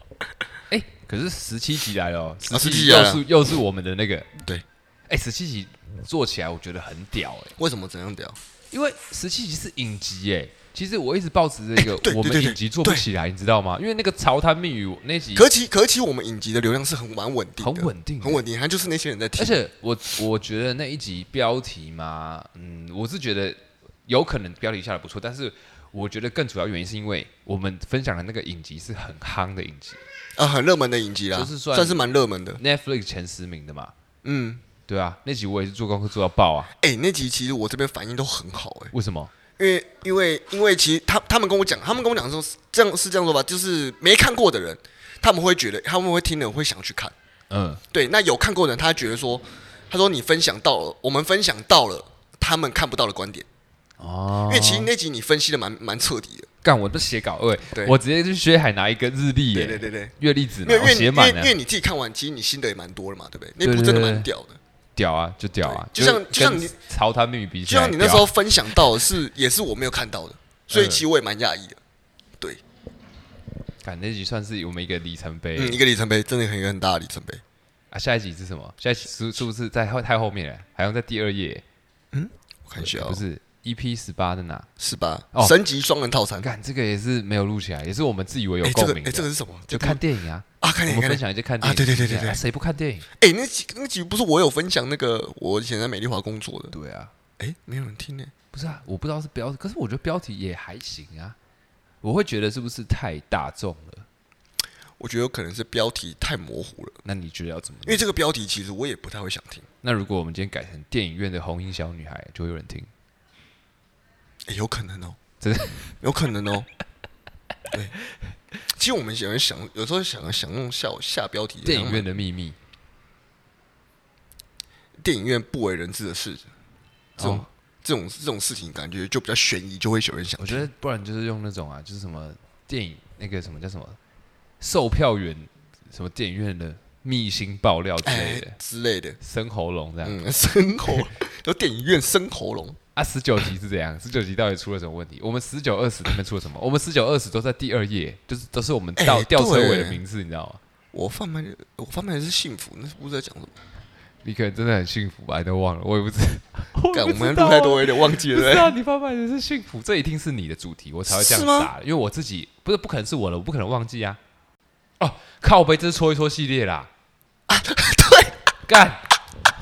Speaker 3: 哎、可是十七集来了、哦，十
Speaker 2: 啊
Speaker 3: 七
Speaker 2: 17
Speaker 3: 集
Speaker 2: 集来
Speaker 3: 又
Speaker 2: 了
Speaker 3: 是、又是我们的那个，
Speaker 2: 对，
Speaker 3: 哎、十七集做起来我觉得很屌哎、”
Speaker 2: 为什么这样聊？
Speaker 3: 因为十七集是影集哎。其实我一直抱持着一个
Speaker 2: 哎对
Speaker 3: 我们
Speaker 2: 对对对
Speaker 3: 影集做不
Speaker 2: 对
Speaker 3: 起来，你知道吗？因为那个潮谈密语那集
Speaker 2: 可其可其我们影集的流量是很蛮稳定的，
Speaker 3: 很稳定，
Speaker 2: 很稳定，他就是那些人在听，
Speaker 3: 而且我我觉得那一集标题嘛，嗯，我是觉得有可能标题下的不错，但是我觉得更主要原因是因为我们分享的那个影集是很夯的影 集
Speaker 2: 啊很热门的影集啦，
Speaker 3: 就是算
Speaker 2: 是蛮热门的。
Speaker 3: ，Netflix 前十名的嘛，
Speaker 2: 嗯，
Speaker 3: 对啊，那集我也是做功课做到爆啊，
Speaker 2: 哎、那集其实我这边反应都很好、哎，
Speaker 3: 为什么？
Speaker 2: 因为因为因为其实他他们跟我讲，他们跟我讲说是这样是这样说吧，就是没看过的人，他们会觉得他们会听了会想去看，
Speaker 3: 嗯，
Speaker 2: 对，那有看过的人，他觉得说，他说你分享到了，我们分享到了他们看不到的观点，
Speaker 3: 哦
Speaker 2: 因为其实那集你分析的蛮蛮彻底的，
Speaker 3: 干我都写稿，喂，
Speaker 2: 对
Speaker 3: 我直接去学海拿一个日历
Speaker 2: 对
Speaker 3: 耶，
Speaker 2: 对对对。
Speaker 3: 月历纸嘛，
Speaker 2: 没有，因
Speaker 3: 我
Speaker 2: 为你
Speaker 3: 写
Speaker 2: 因为
Speaker 3: 满
Speaker 2: 因
Speaker 3: 了，
Speaker 2: 为你自己看完，其实你心得也蛮多了嘛，对不对？那
Speaker 3: 对
Speaker 2: 部
Speaker 3: 对
Speaker 2: 真的
Speaker 3: 对
Speaker 2: 蛮屌的。
Speaker 3: 屌啊，就屌啊，
Speaker 2: 对就像
Speaker 3: 是
Speaker 2: 就像
Speaker 3: 跟
Speaker 2: 你
Speaker 3: 潮谈密语比起
Speaker 2: 就
Speaker 3: 来，
Speaker 2: 像你那时
Speaker 3: 屌嗯
Speaker 2: 候
Speaker 3: 啊
Speaker 2: 分享到的是，也是我没有看到的，所以其实我也蛮讶异的。对，
Speaker 3: 啊干那集算是我们一个里程碑，
Speaker 2: 嗯，一个里程碑，真的很一个很大的里程碑。
Speaker 3: 啊，下一集是什么？下一集是是不是在后太后面了？好像在第二页，
Speaker 2: 我看一下哦，
Speaker 3: 不是 EP 十八在哪？
Speaker 2: 是吧
Speaker 3: 哦？
Speaker 2: 升级双人套餐，
Speaker 3: 看这个也是没有录起来，也是我们自以为有
Speaker 2: 哎，这
Speaker 3: 共
Speaker 2: 个
Speaker 3: 鸣的
Speaker 2: 哎，这个是什么？
Speaker 3: 就
Speaker 2: 这部
Speaker 3: 看电影啊，
Speaker 2: 啊，看
Speaker 3: 我
Speaker 2: 你
Speaker 3: 们
Speaker 2: 看
Speaker 3: 分
Speaker 2: 你。
Speaker 3: 享一些看电影
Speaker 2: 啊对对对对对
Speaker 3: 啊谁不看电影？
Speaker 2: 哎，那几那几不是我有分享那个我以前在美丽华工作的？
Speaker 3: 对啊，
Speaker 2: 哎，没有人听呢。
Speaker 3: 不是啊，我不知道是标，可是我觉得标题也还行啊，我会觉得是不是太大众了？
Speaker 2: 我觉得有可能是标题太模糊了，
Speaker 3: 那你觉得要怎么
Speaker 2: 因
Speaker 3: 弄？
Speaker 2: 为这个标题其实我也不太会想听。
Speaker 3: 那如果我们今天改成电影院的红衣小女孩，就会有人听。
Speaker 2: 哎，有可能哦，
Speaker 3: 真的
Speaker 2: 有可能 哦。对，其实我们喜欢想，有时候想想用下下标题，
Speaker 3: 电影院的秘密，
Speaker 2: 电影院不为人知的事，这种、
Speaker 3: 哦
Speaker 2: 这种这种事情，感觉就比较悬疑，就会有人想
Speaker 3: 我觉得不然就是用那种啊，就是什么电影那那个什么叫什么售票员什么电影院的秘辛爆料之类
Speaker 2: 哎
Speaker 3: 的，
Speaker 2: 之类的，
Speaker 3: 生喉咙这样。
Speaker 2: 嗯，生喉有电影院生喉咙，
Speaker 3: 啊，十九集是怎样？十 九集到底出了什么问题？我们十九、二十那边出了什么？我们十九、二十都在第二页，就是都是我们倒
Speaker 2: 哎
Speaker 3: 吊车尾
Speaker 2: 对
Speaker 3: 的名字，你知道吗？我
Speaker 2: 我贩卖的我贩卖的是幸福，那不是在讲什么？
Speaker 3: 你可能真的很幸福吧，你都忘了，我 也不知道。
Speaker 2: 干，
Speaker 3: 我
Speaker 2: 我们录太多，
Speaker 3: 也
Speaker 2: 有点忘记了。
Speaker 3: 不知
Speaker 2: 对不对
Speaker 3: 道你贩卖的是幸福，这一定是你的主题，我才会这样
Speaker 2: 是吗
Speaker 3: 打，因为我自己不是不可能是我了，我不可能忘记啊。哦，靠背，这是搓一搓系列啦。
Speaker 2: 啊
Speaker 3: 对，干，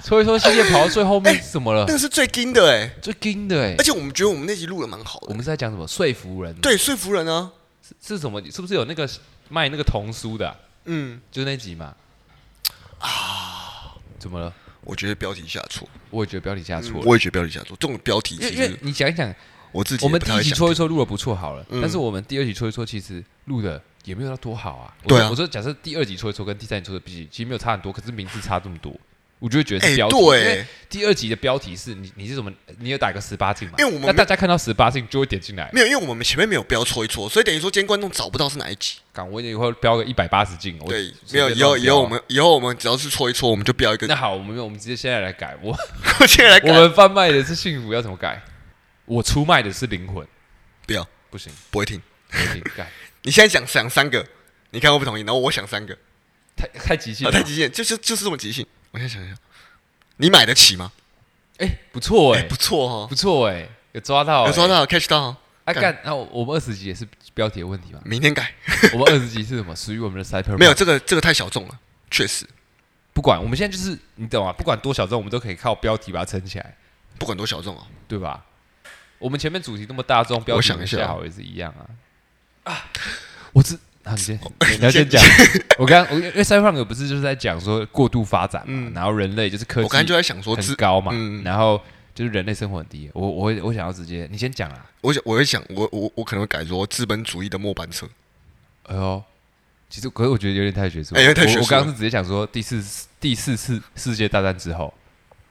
Speaker 3: 搓一搓系列跑到最后面是什么了？
Speaker 2: 那个是最金的哎，
Speaker 3: 最惊的哎
Speaker 2: 而，且我们觉得我们那集录的蛮好
Speaker 3: 我
Speaker 2: 的
Speaker 3: 们，是在讲什么？说服人
Speaker 2: 对，说服人啊，
Speaker 3: 是是什么？是不是有那个卖那个童书的啊、
Speaker 2: 嗯，
Speaker 3: 就那集嘛。啊，
Speaker 2: 啊
Speaker 3: 怎么了？
Speaker 2: 我觉得标题下错，
Speaker 3: 我也觉得标题下错了。
Speaker 2: 我也觉得标题下错，这种标题
Speaker 3: 因为
Speaker 2: 其
Speaker 3: 因为
Speaker 2: 实
Speaker 3: 你想一想，
Speaker 2: 我自己
Speaker 3: 我
Speaker 2: 也
Speaker 3: 们
Speaker 2: 不
Speaker 3: 第
Speaker 2: 太
Speaker 3: 一
Speaker 2: 会
Speaker 3: 集
Speaker 2: 想
Speaker 3: 说一说录的不错好了，
Speaker 2: 嗯
Speaker 3: 但是我们第二集说一说，其实录的也没有到多好啊。我
Speaker 2: 对
Speaker 3: 说
Speaker 2: 啊
Speaker 3: 我说假设第二集说一说跟第三集说的比起，其实没有差很多，可是名字差这么多，我就会觉得是
Speaker 2: 哎
Speaker 3: 标题。
Speaker 2: 对
Speaker 3: 因为第二集的标题是你你是什么？你有打个十八禁嘛？
Speaker 2: 因为我们
Speaker 3: 那
Speaker 2: 没
Speaker 3: 大家看到十八禁就会点进来。
Speaker 2: 没有，因为我们前面没有标戳一戳，所以等于说今天观众找不到是哪一集。
Speaker 3: 港我以后标个一百八十禁，我
Speaker 2: 对，没
Speaker 3: 随
Speaker 2: 有，
Speaker 3: 便
Speaker 2: 以后
Speaker 3: 乱
Speaker 2: 以
Speaker 3: 标啊
Speaker 2: 后我们以后我们只要是戳一 戳，我们就标一个
Speaker 3: 那。好，我们我们直接现在来改 我。
Speaker 2: 我现在来
Speaker 3: 我
Speaker 2: 改，
Speaker 3: 们贩卖的是幸福，要怎么改？我出卖的是灵魂，
Speaker 2: 不要，
Speaker 3: 不行，
Speaker 2: 不会听。
Speaker 3: 不行，改
Speaker 2: 你现在想想三个，你看会不同意？然后我想三个，
Speaker 3: 太太极限
Speaker 2: 啊，
Speaker 3: 了。
Speaker 2: 太极限，就是就是这么即兴。我先想一下，你买得起吗？
Speaker 3: 哎、不错哎、
Speaker 2: 哎，不错哦，
Speaker 3: 不错哎、有抓到、
Speaker 2: 有抓。到 catch 到哦。
Speaker 3: 啊
Speaker 2: 干？
Speaker 3: 干，那我我们二十集也是标题的问题嘛
Speaker 2: 明天改，
Speaker 3: 我们二十集是什么？属于我们的 cyber
Speaker 2: 没有，这个这个太小众了，确实
Speaker 3: 不管，我们现在就是你懂吗？不管多小众，我们都可以靠标题把它撑起来，
Speaker 2: 不管多小众哦。
Speaker 3: 对吧？我们前面主题那么大众，标题
Speaker 2: 想一下
Speaker 3: 下好也是一样啊。啊，我知。啊，你先，你要先
Speaker 2: 你先
Speaker 3: 讲。 我刚，我因为 cyberpunk 不是就是在讲说过度发展嘛，
Speaker 2: 嗯
Speaker 3: 然后人类就是科技，
Speaker 2: 我刚才就在想说，
Speaker 3: 很
Speaker 2: 自
Speaker 3: 高嘛，
Speaker 2: 嗯
Speaker 3: 然后就是人类生活很低。我我会我想要直接，你先讲啊。
Speaker 2: 我想我会想，我我我可能会改说资本主义的末班车。
Speaker 3: 哎呦，其实可是我觉得有点太学术了，
Speaker 2: 哎有点太学术
Speaker 3: 我
Speaker 2: 了
Speaker 3: 我刚刚是直接讲说第四次第四次世界大战之后，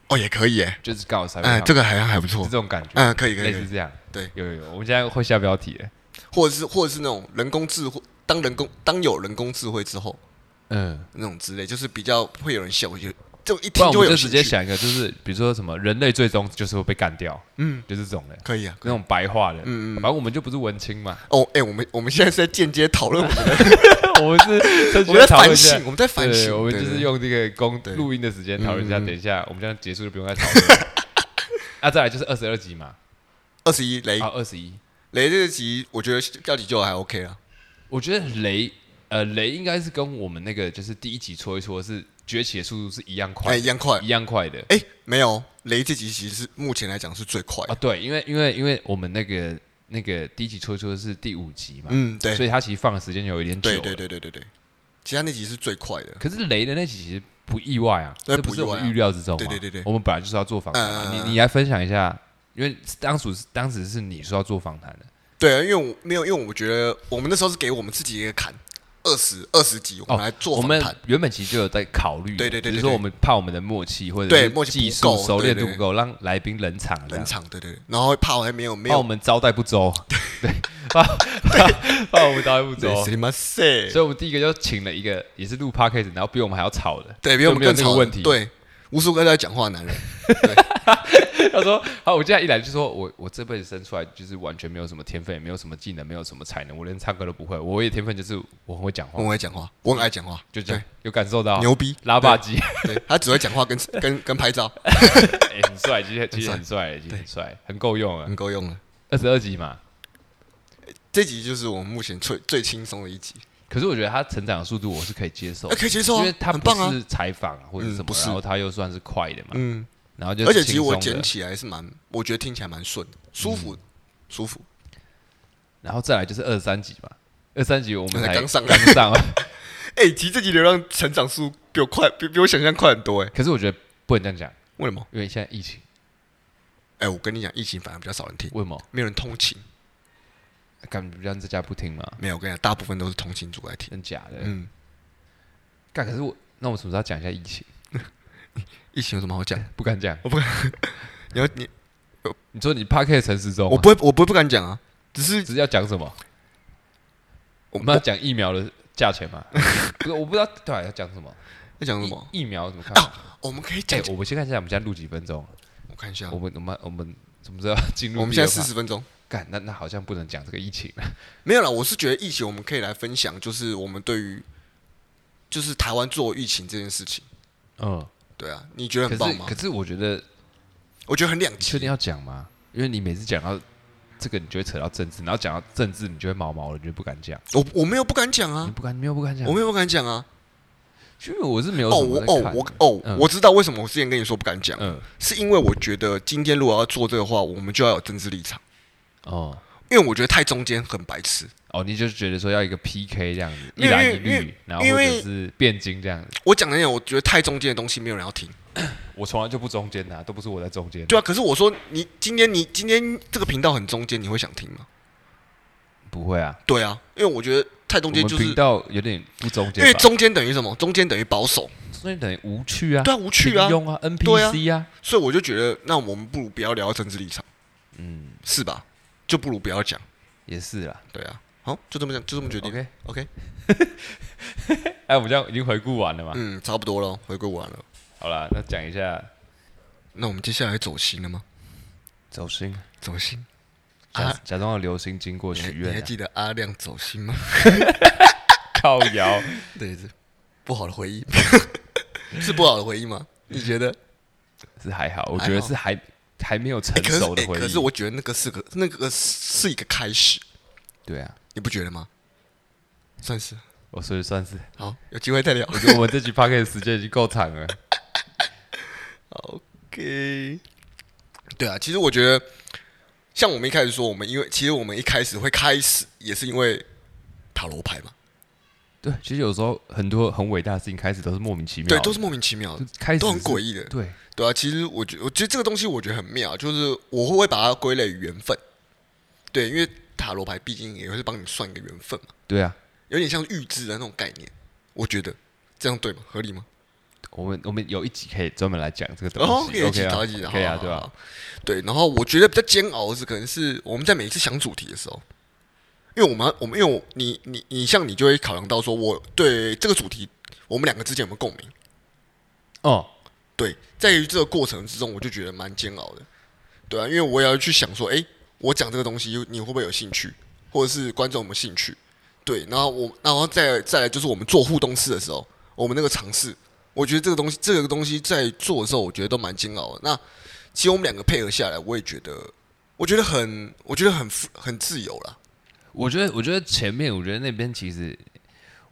Speaker 2: 哦，也可以哎，
Speaker 3: 就是刚好三
Speaker 2: 哎，这
Speaker 3: 个
Speaker 2: 个好像还不
Speaker 3: 是
Speaker 2: 错
Speaker 3: 这。种感觉，
Speaker 2: 嗯，可以可以
Speaker 3: 类
Speaker 2: 可以
Speaker 3: 似。这样。
Speaker 2: 对，
Speaker 3: 有有有，我们现在会下标题了。
Speaker 2: 或者是或者是那种人工智慧，当人工当有人工智慧之后，
Speaker 3: 嗯，
Speaker 2: 那种之类，就是比较会有人笑，就就一
Speaker 3: 不
Speaker 2: 听
Speaker 3: 然我
Speaker 2: 就会
Speaker 3: 们
Speaker 2: 有
Speaker 3: 就直接
Speaker 2: 兴趣，
Speaker 3: 想一个，就是比如说什么人类最终就是会被干掉，
Speaker 2: 嗯，
Speaker 3: 就是这种的，
Speaker 2: 可以啊。
Speaker 3: 那种白话的。啊
Speaker 2: 嗯嗯
Speaker 3: 反正我们就不是文青 嘛，
Speaker 2: 哦，哎、我们我们现在是在间接讨论，我 们
Speaker 3: 我们是趁
Speaker 2: 我们在
Speaker 3: 机讨论
Speaker 2: 反
Speaker 3: 一下
Speaker 2: 省，我们在反
Speaker 3: 对，
Speaker 2: 省，
Speaker 3: 我们就是
Speaker 2: 对
Speaker 3: 用这个公
Speaker 2: 对
Speaker 3: 录音的时间讨论一下，
Speaker 2: 嗯嗯嗯
Speaker 3: 等一下我们这样结束就不用再讨 论了。啊，再来就是二十二集嘛，
Speaker 2: 二十一雷、
Speaker 3: 啊，二十一，
Speaker 2: 雷这个集，我觉得调集就还 OK 了。
Speaker 3: 我觉得雷，呃，雷应该是跟我们那个就是第一集戳一戳是崛起的速度是一样
Speaker 2: 哎、
Speaker 3: 快，
Speaker 2: 一样快，
Speaker 3: 一样快的
Speaker 2: 哎、没有雷这集其实是目前来讲是最快的，
Speaker 3: 啊，对，因为因为因为我们那个那个第一集戳一戳是第五集嘛，
Speaker 2: 嗯，对，
Speaker 3: 所以它其实放的时间有一点久
Speaker 2: 对
Speaker 3: 了，
Speaker 2: 对对对对对，其他那集是最快的，
Speaker 3: 可是雷的那集其实不意外啊，
Speaker 2: 对
Speaker 3: 这不是
Speaker 2: 不意
Speaker 3: 我
Speaker 2: 外啊
Speaker 3: 们预料之中嘛。
Speaker 2: 对对对对
Speaker 3: 我们本来就是要做访谈啊、
Speaker 2: 嗯嗯嗯
Speaker 3: 你你来分享一下，因为当时是当时是你说要做访谈的
Speaker 2: 对啊，因为我没有，因为我觉得我们那时候是给我们自己一个坎，二十二十集，我
Speaker 3: 哦
Speaker 2: 们来做
Speaker 3: 我
Speaker 2: 访
Speaker 3: 们
Speaker 2: 谈。
Speaker 3: 原本其实就有在考虑，
Speaker 2: 对对对对
Speaker 3: 只是
Speaker 2: 对
Speaker 3: 说我们怕我们的默契或者
Speaker 2: 对
Speaker 3: 是
Speaker 2: 默契不
Speaker 3: 技术
Speaker 2: 够
Speaker 3: 熟练度
Speaker 2: 对对
Speaker 3: 不够，让来宾冷场这
Speaker 2: 冷
Speaker 3: 样，
Speaker 2: 场，对对对，然后怕我还没有没
Speaker 3: 怕我
Speaker 2: 有，
Speaker 3: 们招待不 周，对，怕怕怕我们招待不周。
Speaker 2: 谁妈塞，
Speaker 3: 哦所以，我们第一个就请了一个也是录 podcast，然后比我们还要吵的，
Speaker 2: 对比我
Speaker 3: 就
Speaker 2: 们
Speaker 3: 没有
Speaker 2: 更
Speaker 3: 这个
Speaker 2: 吵，
Speaker 3: 问题。，
Speaker 2: 对，无数个在讲话的男人，
Speaker 3: 他说：“好，我现在一来就说我我这辈子生出来就是完全没有什么天分，也没有什么技能，没有什么才能，我连唱歌都不会。我唯一的天分就是我很会讲
Speaker 2: 我
Speaker 3: 话
Speaker 2: 很，会讲话，我很爱讲话，
Speaker 3: 哦就这样有感受到
Speaker 2: 嗯对，牛逼，
Speaker 3: 拉霸机，
Speaker 2: 对，他只会讲话跟跟跟拍照，
Speaker 3: 哎， 很帅，其实其实很帅，其实很帅，很够用啊
Speaker 2: 很。够用了。
Speaker 3: 二十二集嘛，
Speaker 2: 这集就是我们目前最最轻松的一集，
Speaker 3: 可是我觉得他成长的速度我是可以接受
Speaker 2: 哎，，可以接受
Speaker 3: 因
Speaker 2: 啊
Speaker 3: 为，他
Speaker 2: 很
Speaker 3: 不
Speaker 2: 棒啊，
Speaker 3: 是采访或者是
Speaker 2: 嗯
Speaker 3: 什么
Speaker 2: 不，是
Speaker 3: 然后他又算是快的嘛，
Speaker 2: 嗯，
Speaker 3: 然后就
Speaker 2: 而且其实我
Speaker 3: 轻松的嗯
Speaker 2: 剪起来是蛮，我觉得听起来蛮顺的，舒服，舒服。
Speaker 3: 然后再来就是二十三集嘛，二三集我们才
Speaker 2: 才刚上
Speaker 3: 刚上，啊
Speaker 2: 哎，其实这集流量成长速度比我快，比比我想象快很多，哎，
Speaker 3: 可是我觉得不能这样讲，
Speaker 2: 为什么？
Speaker 3: 因为现在疫情，
Speaker 2: 哎，我跟你讲，疫情反而比较少人听，
Speaker 3: 为 什么？
Speaker 2: 没有人通勤，
Speaker 3: 敢不让在家不听吗？
Speaker 2: 没有，我跟你讲，大部分都是通勤族来听，
Speaker 3: 真假的？
Speaker 2: 嗯。
Speaker 3: 干，可是我那我什么时候要讲一下疫情？
Speaker 2: 疫情有什么好讲？
Speaker 3: 不敢讲。
Speaker 2: 你要你
Speaker 3: 你说你 p a r k 城市中吗，
Speaker 2: 我不会，我不会不敢讲啊，只是
Speaker 3: 只是要讲什么？
Speaker 2: 啊我
Speaker 3: 我们要讲疫苗的价钱 吗？不是，我不知道对啊要讲什么。
Speaker 2: 在讲什么？
Speaker 3: 疫疫苗怎么看？
Speaker 2: 啊，我们可以
Speaker 3: 哎、
Speaker 2: 讲，
Speaker 3: 我们先看一下，我们现在录几分钟？
Speaker 2: 我看一下
Speaker 3: 我，们我们我们什么时候要进入？
Speaker 2: 我们现在四。十分钟。
Speaker 3: 干，那那好像不能讲这个疫情了。
Speaker 2: 没有啦，我是觉得疫情我们可以来分享，就是我们对于就是台湾做疫情这件事情，
Speaker 3: 嗯，
Speaker 2: 对啊，你觉得
Speaker 3: 可
Speaker 2: 很棒
Speaker 3: 是
Speaker 2: 吗
Speaker 3: 可？是我觉得
Speaker 2: 我觉得很两
Speaker 3: 你确定啊
Speaker 2: 极。
Speaker 3: 要讲吗？因为你每次讲到这个，你就会扯到政治，然后讲到政治，你就会毛毛的，你就不敢讲。
Speaker 2: 我我没有不敢讲
Speaker 3: 你
Speaker 2: 啊，
Speaker 3: 不敢，你又不敢讲。
Speaker 2: 我没有不敢讲啊。
Speaker 3: 因为我是没有
Speaker 2: 哦，
Speaker 3: 什么
Speaker 2: 我
Speaker 3: 在
Speaker 2: 哦
Speaker 3: 看
Speaker 2: 我
Speaker 3: 的
Speaker 2: 哦
Speaker 3: 嗯，
Speaker 2: 我知道为什么我之前跟你说不敢讲，
Speaker 3: 嗯
Speaker 2: 是因为我觉得今天如果要做这个话，我们就要有政治立场，
Speaker 3: 哦
Speaker 2: 因为我觉得太中间很白痴。
Speaker 3: 哦，你就觉得说要一个 PK 这样子，
Speaker 2: 因为
Speaker 3: 一蓝一
Speaker 2: 因为
Speaker 3: 绿，然后或
Speaker 2: 因为
Speaker 3: 者是辩经这样子。
Speaker 2: 我讲的那种，我觉得太中间的东西没有人要听。
Speaker 3: 我从来就不中间的啊、都不是我在中间。
Speaker 2: 对啊，可是我说你今天你今天这个频道很中间，你会想听吗？
Speaker 3: 不会啊，
Speaker 2: 对啊，因为我觉得太中间
Speaker 3: 我
Speaker 2: 就
Speaker 3: 们
Speaker 2: 是
Speaker 3: 频道有点不中
Speaker 2: 因
Speaker 3: 间吧，
Speaker 2: 为中间等于什么？中间等于保守，
Speaker 3: 中间等于无趣啊，
Speaker 2: 对啊，无趣啊
Speaker 3: 平。庸啊
Speaker 2: 对啊
Speaker 3: ，NPC 啊，
Speaker 2: 所以我就觉得，那我们不如不要聊政治立场，
Speaker 3: 嗯，
Speaker 2: 是吧？就不如不要讲，
Speaker 3: 也是啦。
Speaker 2: 对啊。好，就这么讲，就这么决定。
Speaker 3: OK，
Speaker 2: OK，
Speaker 3: 哎，我们这样已经回顾完了嘛？
Speaker 2: 嗯，差不多了，回归完了。
Speaker 3: 好啦，那讲一下
Speaker 2: 那我们接下来走心了吗？
Speaker 3: 走心，
Speaker 2: 走心，
Speaker 3: 假
Speaker 2: 啊
Speaker 3: 假装有流星经过
Speaker 2: 你还
Speaker 3: 许
Speaker 2: 你还
Speaker 3: 愿啊，
Speaker 2: 记得阿亮走心 吗？
Speaker 3: 靠摇。
Speaker 2: 对，这不好的回 忆，是不好的回忆吗？你觉得？
Speaker 3: 是还好，哎我觉得是还还没有成
Speaker 2: 欸可是、
Speaker 3: 熟的
Speaker 2: 欸
Speaker 3: 回忆。
Speaker 2: 可是我觉得那个是个那个是一个开始，
Speaker 3: 对啊，
Speaker 2: 你不觉得吗？算是
Speaker 3: 我所以算是，
Speaker 2: 好，有机会再聊。
Speaker 3: 我觉得我们这集 p o c a s t 时间已经够长了。
Speaker 2: OK，对啊，其实我觉得，像我们一开始说，我们因为其实我们一开始会开始也是因为塔罗牌嘛，
Speaker 3: 对，其实有时候很多很伟大的事情开始都是莫名其妙的，
Speaker 2: 对，都是莫名其妙的
Speaker 3: 就，开始
Speaker 2: 都很
Speaker 3: 是
Speaker 2: 诡异的，
Speaker 3: 对，
Speaker 2: 对啊。其实我觉我觉得这个东西我觉得很妙，就是我会不会把它归类于缘分，对，因为塔罗牌毕竟也是帮你算一个缘分嘛，
Speaker 3: 对啊。
Speaker 2: 有点像预知的那种概念，我觉得这样对吗？合理吗？
Speaker 3: 我们我们有一集可以专门来讲这个东
Speaker 2: 然后
Speaker 3: 西
Speaker 2: 可以一起
Speaker 3: ，OK 啊
Speaker 2: 哦找一起，
Speaker 3: 可以啊，
Speaker 2: 好
Speaker 3: 对
Speaker 2: 好
Speaker 3: 吧
Speaker 2: 好？对，然后我觉得比较煎熬的是，可能是我们在每一次想主题的时候，因为我们要我们因为我你你你像你就会考量到说，我对这个主题我们两个之间有没有共鸣？
Speaker 3: 哦，
Speaker 2: 对，在于这个过程之中，我就觉得蛮煎熬的，对啊，因为我也要去想说，哎，我讲这个东西你会不会有兴趣，或者是观众有没有兴趣？对，然后我然后再再来就是我们做互动式的时候，我们那个尝试，我觉得这个东西这个东西在做的时候，我觉得都蛮煎熬的。那其实我们两个配合下来，我也觉得，我觉得很，我觉得很很自由啦。
Speaker 3: 我觉得我觉得前面我觉得那边其实。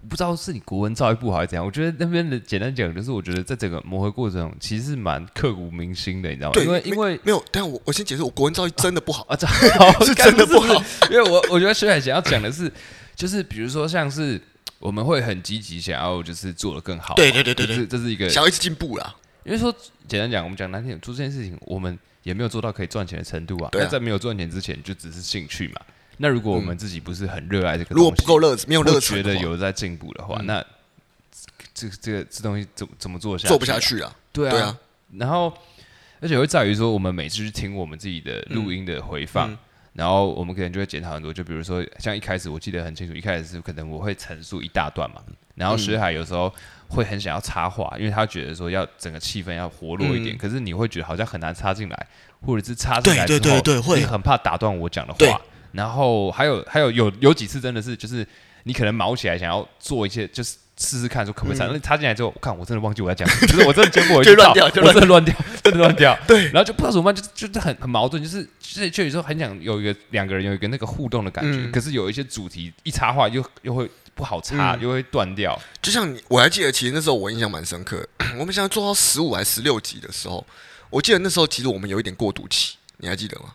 Speaker 3: 我不知道是你国文造诣不好还是怎样，我觉得那边的简单讲就是，我觉得在整个磨合过程中，其实是蛮刻骨铭心的，你知道吗？
Speaker 2: 对，
Speaker 3: 哦因
Speaker 2: 没
Speaker 3: 为因为
Speaker 2: 没有，但我我先解释，我国文造诣真的不好。
Speaker 3: 啊，这好
Speaker 2: 是真的不好，
Speaker 3: 因为我我觉得薛海贤要讲的是，就是比如说像是我们会很积极想要就是做的更好嘛，
Speaker 2: 对对对对对
Speaker 3: 这是这是一个，
Speaker 2: 想要一直进步啦，
Speaker 3: 因为说简单讲，我们讲难听点，做这件事情我们也没有做到可以赚钱的程度啊。
Speaker 2: 对啊嗯
Speaker 3: 那在没有赚钱之前，就只是兴趣嘛。那如果我们自己不是很热爱这个东西，
Speaker 2: 如果不够热，没有热
Speaker 3: 不
Speaker 2: 忱
Speaker 3: 觉
Speaker 2: 的
Speaker 3: 得
Speaker 2: 话，嗯
Speaker 3: 有在进步的话，那这这这个这东西怎么怎么做下
Speaker 2: 做不下
Speaker 3: 啊
Speaker 2: 去啊。
Speaker 3: 对啊，
Speaker 2: 对啊
Speaker 3: 然后而且会在于说，我们每次去听我们自己的录音的回
Speaker 2: 嗯
Speaker 3: 放，然后我们可能就会检讨很多。就比如说，像一开始我记得很清楚，一开始是可能我会陈述一大段嘛，然后薛海有时候会很想要插话，因为他觉得说要整个气氛要活络
Speaker 2: 嗯
Speaker 3: 一点，可是你会觉得好像很难插进来，或者是插进来之
Speaker 2: 对
Speaker 3: 后，
Speaker 2: 对对对会
Speaker 3: 你很怕打断我讲的
Speaker 2: 对
Speaker 3: 话。然后还有还有有有几次真的是就是你可能毛起来想要做一些就是。试试看，说可不可以插？那、插进来之后，我看我真的忘记我在讲 什么，就是我真的结果
Speaker 2: 嗯
Speaker 3: 我
Speaker 2: 就乱
Speaker 3: 知
Speaker 2: 掉
Speaker 3: 道
Speaker 2: 就
Speaker 3: 我
Speaker 2: 乱
Speaker 3: 真的乱掉， 真的乱掉。
Speaker 2: 对
Speaker 3: 然后就不知道怎么办，就是就是很很矛盾，就是就是就有时候很想有一个两个人有一个那个互动的感觉，
Speaker 2: 嗯
Speaker 3: 可是有一些主题一插话又又会不好插，
Speaker 2: 嗯
Speaker 3: 又会断掉。
Speaker 2: 就像你，我还记得，其实那时候我印象蛮深刻的。 我们现在做到十五还十六集的时候，我记得那时候其实我们有一点过渡期，你还记得吗？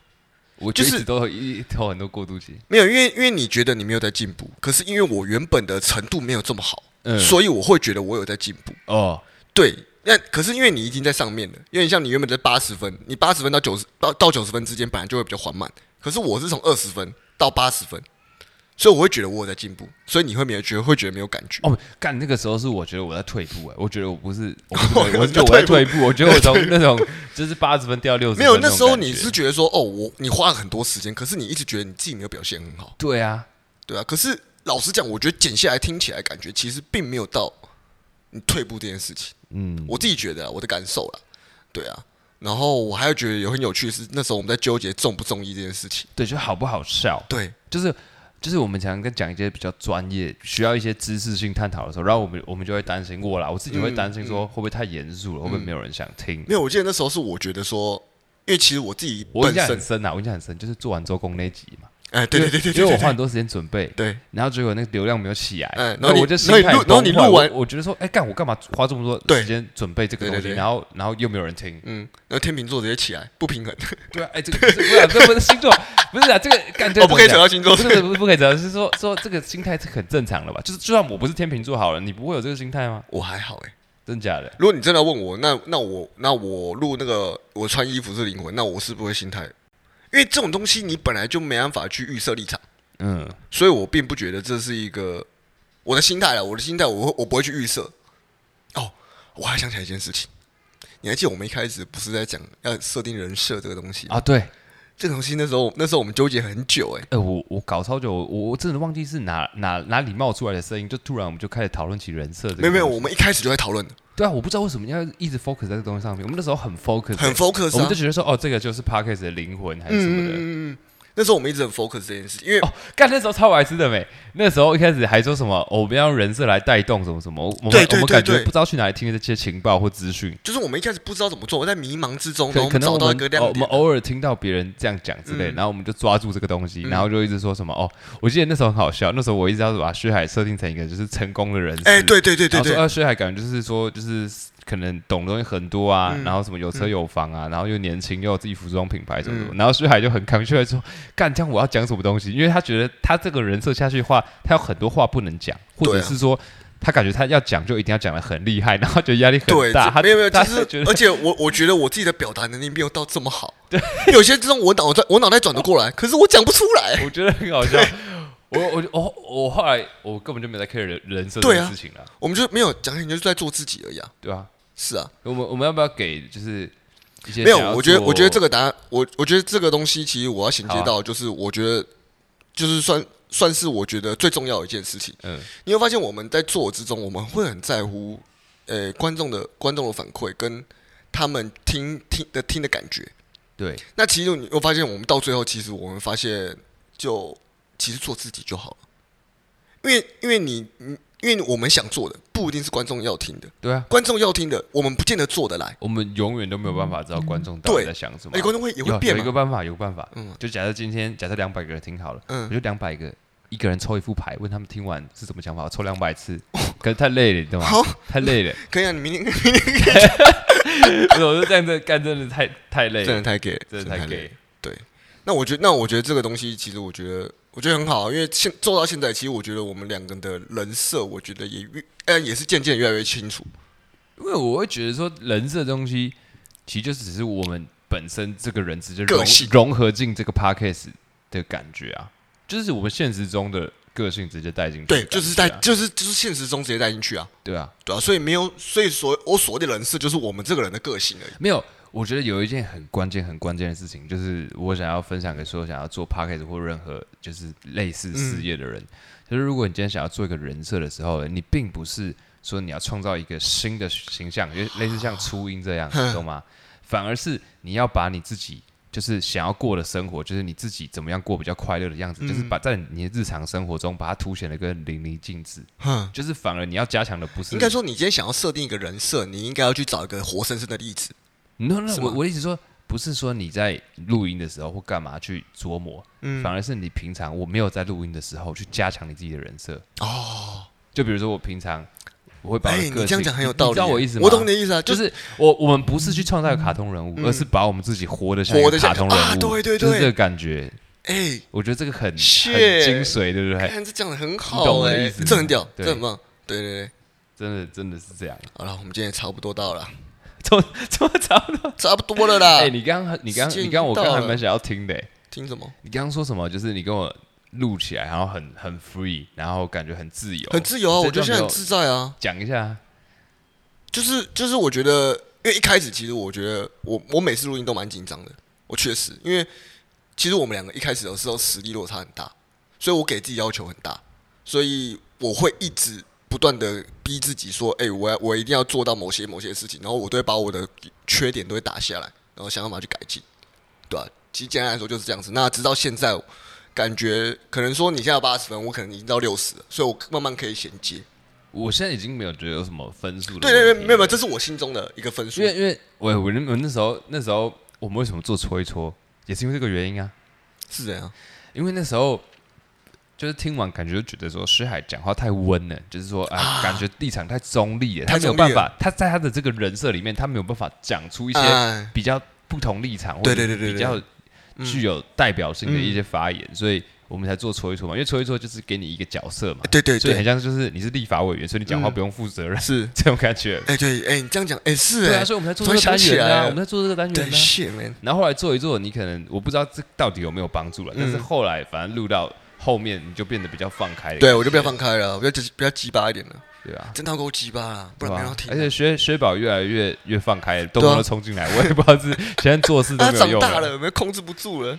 Speaker 3: 我
Speaker 2: 就
Speaker 3: 就是一直都有一头很多过渡期，
Speaker 2: 没有，因为因为你觉得你没有在进步，可是因为我原本的程度没有这么好，
Speaker 3: 嗯
Speaker 2: 所以我会觉得我有在进步。
Speaker 3: 哦，
Speaker 2: 对，那可是因为你已经在上面了，有点像你原本在八十分，你八十分到九十到到九十分之间本来就会比较缓慢，可是我是从二十分到八十分，所以我会觉得我有在进步，所以你会没有觉得会觉得没有感觉。
Speaker 3: 哦，干那个时候是我觉得我在退步哎、我觉得我不是，我不 是我
Speaker 2: 我
Speaker 3: 觉得我在
Speaker 2: 退
Speaker 3: 退步，我觉得 我从那种就是八十分掉六十，
Speaker 2: 没有，那时候你是觉得说，哦，我你花了很多时间，可是你一直觉得你自己没有表现很好，
Speaker 3: 对啊，
Speaker 2: 对啊。可是老实讲，我觉得剪下来听起来感觉其实并没有到你退步这件事情。
Speaker 3: 嗯，
Speaker 2: 我自己觉得啊我的感受啦，对啊。然后我还有觉得有很有趣的是，那时候我们在纠结中不中医这件事情。
Speaker 3: 对，就好不好笑，
Speaker 2: 对，
Speaker 3: 就是就是我们常常在讲一些比较专业、需要一些知识性探讨的时候，然后我们我们就会担心我啦，我自己会
Speaker 2: 嗯
Speaker 3: 担心说会不会太严肃了，会不会没有人想听？
Speaker 2: 没有，我记得那时候是我觉得说，因为其实我自己
Speaker 3: 我
Speaker 2: 本
Speaker 3: 印象
Speaker 2: 身
Speaker 3: 很，深啊，我印象很深，就是做完周公那集嘛，
Speaker 2: 哎，对对对对
Speaker 3: 因为
Speaker 2: 对
Speaker 3: 因为我
Speaker 2: 对
Speaker 3: 花很多时间准备，
Speaker 2: 对，
Speaker 3: 然后结果那个流量没有起来，
Speaker 2: 嗯然后
Speaker 3: 那
Speaker 2: 你
Speaker 3: 我就
Speaker 2: 然
Speaker 3: 心
Speaker 2: 后你
Speaker 3: 态
Speaker 2: 录
Speaker 3: 很
Speaker 2: 然后你
Speaker 3: 崩坏
Speaker 2: 录完
Speaker 3: 我我觉得说，哎，干我干嘛花这么多
Speaker 2: 对
Speaker 3: 时间准备这个
Speaker 2: 对对
Speaker 3: 东西，
Speaker 2: 对
Speaker 3: 然后然后又没有人听，
Speaker 2: 嗯，然后天秤座直接起来不平衡，
Speaker 3: 对啊，哎，这个不是不是啊这不是星座，不是啊，这个感 觉
Speaker 2: 哦，不可以扯到星座
Speaker 3: 不，是不是不可以这样，是说说这个心态是很正常的吧？就是就算我不是天秤座好了，你不会有这个心态吗？
Speaker 2: 我还好哎。
Speaker 3: 真假的？
Speaker 2: 如果你真的问我，那那我那我录那个我穿衣服是灵魂，那我是不会心态，因为这种东西你本来就没办法去预设立场，
Speaker 3: 嗯，
Speaker 2: 所以我并不觉得这是一个我的心态了。我的心态我会我不会去预设。哦，我还想起来一件事情，你还记得我们一开始不是在讲要设定人设这个东西吗？
Speaker 3: 啊，对，哎、
Speaker 2: 这个东西那时候那时候我们纠结很久哎、
Speaker 3: 我我搞超久，我我真的忘记是哪哪哪里冒出来的声音，就突然我们就开始讨论起人设这个。
Speaker 2: 没有没有，，我们一开始就在讨论，
Speaker 3: 对啊，我不知道为什么要一直 focus 在这个东西上面。我们那时候很 focus，欸
Speaker 2: 很 focus
Speaker 3: 我
Speaker 2: 啊
Speaker 3: 们就，觉得说，哦，这个就是 podcast 的灵魂还是什么的。
Speaker 2: 嗯嗯嗯，那时候我们一直很 focus 这件事，因为
Speaker 3: 哦，干那时候超白痴的没，那时候一开始还说什么、哦我们要用人设来带动什么什么，我们
Speaker 2: 对对
Speaker 3: 我们
Speaker 2: 对
Speaker 3: 感觉
Speaker 2: 对
Speaker 3: 不知道去哪里听这些情报或资讯，
Speaker 2: 就是我们一开始不知道怎么做，我在迷茫之中，然后
Speaker 3: 可可能
Speaker 2: 找
Speaker 3: 我
Speaker 2: 到一
Speaker 3: 们
Speaker 2: 个
Speaker 3: 哦
Speaker 2: 亮
Speaker 3: 我们
Speaker 2: 点。
Speaker 3: 偶尔听到别人这样讲之类，
Speaker 2: 嗯
Speaker 3: 然后我们就抓住这个东西，然后就一直说什么哦，我记得那时候很好笑，那时候我一直要把薛海设定成一个就是成功的人士，
Speaker 2: 哎，对对对对
Speaker 3: 然后说
Speaker 2: 对，
Speaker 3: 啊薛海感觉就是说就是可能懂的东西很多啊，
Speaker 2: 嗯
Speaker 3: 然后什么有车有房啊，然后又年轻又有自己服装品牌什么什
Speaker 2: 嗯
Speaker 3: 么，然后薛海就很抗拒来说，干这样我要讲什么东西？因为他觉得他这个人设下去的话，他有很多话不能讲，或
Speaker 2: 对
Speaker 3: 者
Speaker 2: 啊
Speaker 3: 是说。他感觉他要讲就一定要讲的很厉害，然后觉得压力
Speaker 2: 对，
Speaker 3: 呃很大。
Speaker 2: 这
Speaker 3: 他
Speaker 2: 没有没有，
Speaker 3: 他
Speaker 2: 就
Speaker 3: 觉
Speaker 2: 是
Speaker 3: 得
Speaker 2: 而且我我觉得我自己的表达能力没有到这么 好，对，有些这种我脑袋我脑袋转得过来，可是我讲不出来。
Speaker 3: 我觉得很好笑。我我我我后来我根本就没有在 care 人人设这
Speaker 2: 对
Speaker 3: 件
Speaker 2: 啊
Speaker 3: 事情了，
Speaker 2: 我们就没有讲，你就是在做自己而已啊。
Speaker 3: 对啊，
Speaker 2: 是啊，
Speaker 3: 我们我们要不要给就是一些
Speaker 2: 没有
Speaker 3: 想要，
Speaker 2: 我觉得
Speaker 3: 做
Speaker 2: 我觉得这个答案，我我觉得这个东西其实我要衔接
Speaker 3: 好啊
Speaker 2: 到，就是我觉得就是算算是我觉得最重要的一件事情。
Speaker 3: 嗯
Speaker 2: 你会发现我们在做之中，我们会很在乎，呃，观众的观众的反馈跟他们听听的听的感觉。
Speaker 3: 对
Speaker 2: 那其实你会发现，我们到最后，其实我们发现就，其实做自己就好了，因为因为你你因为我们想做的不一定是观众要听的，
Speaker 3: 对啊，
Speaker 2: 观众要听的，我们不见得做得来。
Speaker 3: 我们永远都没有办法知道观众到底
Speaker 2: 嗯对
Speaker 3: 在想什么
Speaker 2: 哎，。观众会也
Speaker 3: 有
Speaker 2: 会变
Speaker 3: 有
Speaker 2: 嘛
Speaker 3: 一个？办法，有个办法，
Speaker 2: 嗯
Speaker 3: 就假设今天假设两百个人听好了，
Speaker 2: 嗯
Speaker 3: 我就两百个。一个人抽一副牌，问他们听完是什么想法，抽两百次，可是太累了，你懂吗？
Speaker 2: 哦好，
Speaker 3: 太 累了，
Speaker 2: 可以啊，你明天
Speaker 3: 不是我就这样子干，真的太太累
Speaker 2: 真
Speaker 3: 了
Speaker 2: 的，太给，
Speaker 3: 真的太
Speaker 2: 给。
Speaker 3: 累。
Speaker 2: 那我觉得，那我觉得这个东西，其实我觉得，我觉得很好啊，因为现做到现在，其实我觉得我们两个的人设，我觉得也越，呃，也是渐渐越来越清楚。
Speaker 3: 因为我会觉得说，人这东西其实就只是我们本身这个人直接
Speaker 2: 个
Speaker 3: 融
Speaker 2: 性
Speaker 3: 融合进这个 podcast 的感觉啊，就是我们现实中的个性直接带进去的
Speaker 2: 对，
Speaker 3: 感觉啊、
Speaker 2: 就是在，就是就是现实中直接带进去啊，
Speaker 3: 对啊，
Speaker 2: 对啊，所以没有，所以所我所谓的人设，就是我们这个人的个性而已。
Speaker 3: 没有。我觉得有一件很关键、很关键的事情，就是我想要分享给所有想要做 podcast 或任何就是类似事业的人，
Speaker 2: 嗯
Speaker 3: 就是如果你今天想要做一个人设的时候，你并不是说你要创造一个新的形象，就类似像初音这样，你懂吗？反而是你要把你自己就是想要过的生活，就是你自己怎么样过比较快乐的样
Speaker 2: 嗯
Speaker 3: 子，就是把在你的日常生活中把它凸显的跟淋漓尽致。
Speaker 2: 哼，
Speaker 3: 就是反而你要加强的不是
Speaker 2: 应该说你今天想要设定一个人设，你应该要去找一个活生生的例子。
Speaker 3: no no，
Speaker 2: 是
Speaker 3: 我
Speaker 2: 吗
Speaker 3: 我的意思说，不是说你在录音的时候或干嘛去琢磨，
Speaker 2: 嗯
Speaker 3: 反而是你平常我没有在录音的时候去加强你自己的人设。
Speaker 2: 哦，
Speaker 3: 就比如说我平常我会把我
Speaker 2: 哎、
Speaker 3: 的个
Speaker 2: 你这
Speaker 3: 性
Speaker 2: 样讲很有道理，
Speaker 3: 你知道我意思吗？
Speaker 2: 我懂你的意思啊，
Speaker 3: 就
Speaker 2: 就是嗯
Speaker 3: 是我我们不是去创造一个卡通人物，而是把我们自己活得像一
Speaker 2: 活
Speaker 3: 个
Speaker 2: 得像
Speaker 3: 卡通人物，
Speaker 2: 啊对对对
Speaker 3: 就是这个感觉。
Speaker 2: 哎、
Speaker 3: 我觉得这个很很
Speaker 2: 是
Speaker 3: 精髓，对不对？
Speaker 2: 看这讲的很
Speaker 3: 哎你懂
Speaker 2: 好
Speaker 3: 我
Speaker 2: 哎、
Speaker 3: 的意思吗嗯
Speaker 2: 这很屌，
Speaker 3: 对
Speaker 2: 这很棒。对对对，
Speaker 3: 真的真的是这样，
Speaker 2: 好了，我们今天也差不多到了，
Speaker 3: 怎么怎么找到？
Speaker 2: 差不多了啦。
Speaker 3: 哎，你刚刚你刚
Speaker 2: 时
Speaker 3: 你
Speaker 2: 间已经
Speaker 3: 刚刚我刚刚
Speaker 2: 到
Speaker 3: 还
Speaker 2: 啊了
Speaker 3: 蛮想要听的，哎
Speaker 2: 听什么？
Speaker 3: 你刚刚说什么？就是你跟我录起来，然后很很 free，然后感觉很自由，
Speaker 2: 很自由啊，
Speaker 3: 这
Speaker 2: 我觉得
Speaker 3: 段
Speaker 2: 现在
Speaker 3: 没
Speaker 2: 很
Speaker 3: 有
Speaker 2: 自在啊。
Speaker 3: 讲一下。
Speaker 2: 就是就是，我觉得，因为一开始其实我觉得我我每次录音都蛮紧张的，我确实，因为其实我们两个一开始的时候实力落差很大，所以我给自己要求很大，所以我会一直不断的逼自己说，哎、我要我一定要做到某些某些事情，然后我都会把我的缺点都会打下来，然后想办法去改进，对吧、其实简单来说就是这样子。那直到现在，感觉可能说你现在八十分，我可能已经到六十了，所以我慢慢可以衔接。
Speaker 3: 我现在已经没有觉得有什么分数的
Speaker 2: 对对
Speaker 3: 问
Speaker 2: 对，
Speaker 3: 题
Speaker 2: 没有没有，这是我心中的一个分数
Speaker 3: 因。为因为我我那我那时候那时候我们为什么做搓一搓，也是因为这个原因啊。
Speaker 2: 是这样，
Speaker 3: 因为那时候就是听完感觉就觉得说诗海讲话太温了，就是说啊，感觉立场太中立了，
Speaker 2: 太
Speaker 3: 他没有
Speaker 2: 中立了
Speaker 3: 办法，他在他的这个人设里面，他没有办法讲出一些
Speaker 2: 哎
Speaker 3: 比较不同立场，
Speaker 2: 对
Speaker 3: 或
Speaker 2: 对
Speaker 3: 者
Speaker 2: 对对对嗯
Speaker 3: 比较具有代表性的一些发言，所以我们才做戳一戳嘛，因为戳一戳就是给你一个角色嘛，
Speaker 2: 对对
Speaker 3: 所以很
Speaker 2: 对，
Speaker 3: 像就是你是立法委员，所以你讲话不用负责任、
Speaker 2: 是，
Speaker 3: 这种感觉。
Speaker 2: 哎、对，哎、你这样讲，哎、是
Speaker 3: 对
Speaker 2: 哎、
Speaker 3: 啊，所以我们才做
Speaker 2: 突
Speaker 3: 这
Speaker 2: 然
Speaker 3: 个
Speaker 2: 想
Speaker 3: 单
Speaker 2: 起
Speaker 3: 元
Speaker 2: 来
Speaker 3: 啊，
Speaker 2: 了
Speaker 3: 我们在做这个单元
Speaker 2: 对
Speaker 3: 啊。
Speaker 2: ，shit man，
Speaker 3: 然后后来做一做，你可能我不知道这到底有没有帮助了，
Speaker 2: 嗯
Speaker 3: 但是后来反正录到后面你就变得比较放开了，
Speaker 2: 对我就不要放开了，我就比较鸡巴一点了，
Speaker 3: 对啊，
Speaker 2: 真的要够鸡巴了，不然
Speaker 3: 对
Speaker 2: 没
Speaker 3: 啊
Speaker 2: 人要听啊。
Speaker 3: 而且薛薛宝越来越越放开，动不动
Speaker 2: 对啊
Speaker 3: 就冲进来，我也不知道是现在做事 都
Speaker 2: 他
Speaker 3: 没有
Speaker 2: 长
Speaker 3: 用啊
Speaker 2: 大了，。有没有控制不住了？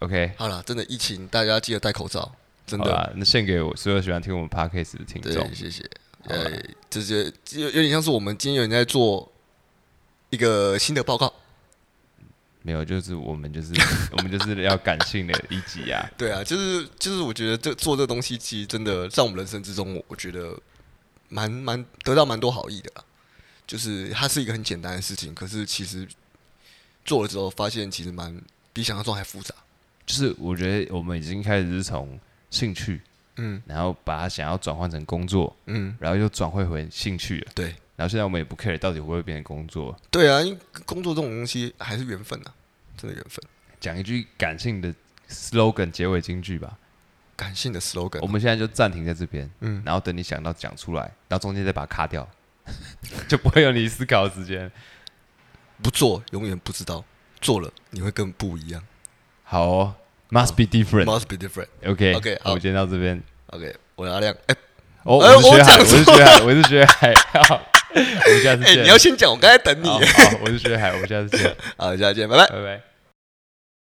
Speaker 3: OK，
Speaker 2: 好了，真的疫情，大家记得戴口罩，真
Speaker 3: 好
Speaker 2: 的。
Speaker 3: 啦，那献给我所有喜欢听我们 Podcast 的听众
Speaker 2: 对，。谢谢。
Speaker 3: 好啦
Speaker 2: 呃，这就有有点像是我们今天有人在做一个新的报告。
Speaker 3: 没有，就是我们就是 我们就是要感性的一集啊。
Speaker 2: 对啊，就是就是，我觉得这做这东西，其实真的在我们人生之中，我我觉得蛮蛮得到蛮多好意的啦。就是它是一个很简单的事情，可是其实做了之后，发现其实蛮比想象中还复杂。
Speaker 3: 就是我觉得我们已经开始是从兴趣，
Speaker 2: 嗯
Speaker 3: 然后把它想要转换成工作，
Speaker 2: 嗯，
Speaker 3: 然后又转换回兴趣了。
Speaker 2: 对
Speaker 3: 然后现在我们也不 care 到底会不会变成工作。
Speaker 2: 对啊，因为工作这种东西还是缘分啊，真的缘分。
Speaker 3: 讲一句感性的 slogan 结尾金 句吧。
Speaker 2: 感性的 slogan
Speaker 3: 我们现在就暂停在这边，
Speaker 2: 嗯
Speaker 3: 然后等你想到讲出来，然后中间再把它卡掉， 就不会有你思考的时间。
Speaker 2: 不做永远不知道，做了你会更不一样。
Speaker 3: 好、哦、，must be different。
Speaker 2: Must be different。
Speaker 3: OK
Speaker 2: OK，
Speaker 3: 我
Speaker 2: 好
Speaker 3: 们今天到这边。
Speaker 2: OK，我的阿亮，哎、
Speaker 3: 哦，
Speaker 2: 哎
Speaker 3: 我是学海，
Speaker 2: 我
Speaker 3: 我
Speaker 2: 讲
Speaker 3: 是
Speaker 2: 错
Speaker 3: 学海，我是学海。好，我们下次
Speaker 2: 哎、
Speaker 3: 见。
Speaker 2: 你要先讲，我刚才等你。
Speaker 3: 好，好我是学海，我们下次见，
Speaker 2: 好，下次见，拜拜。
Speaker 3: 拜拜。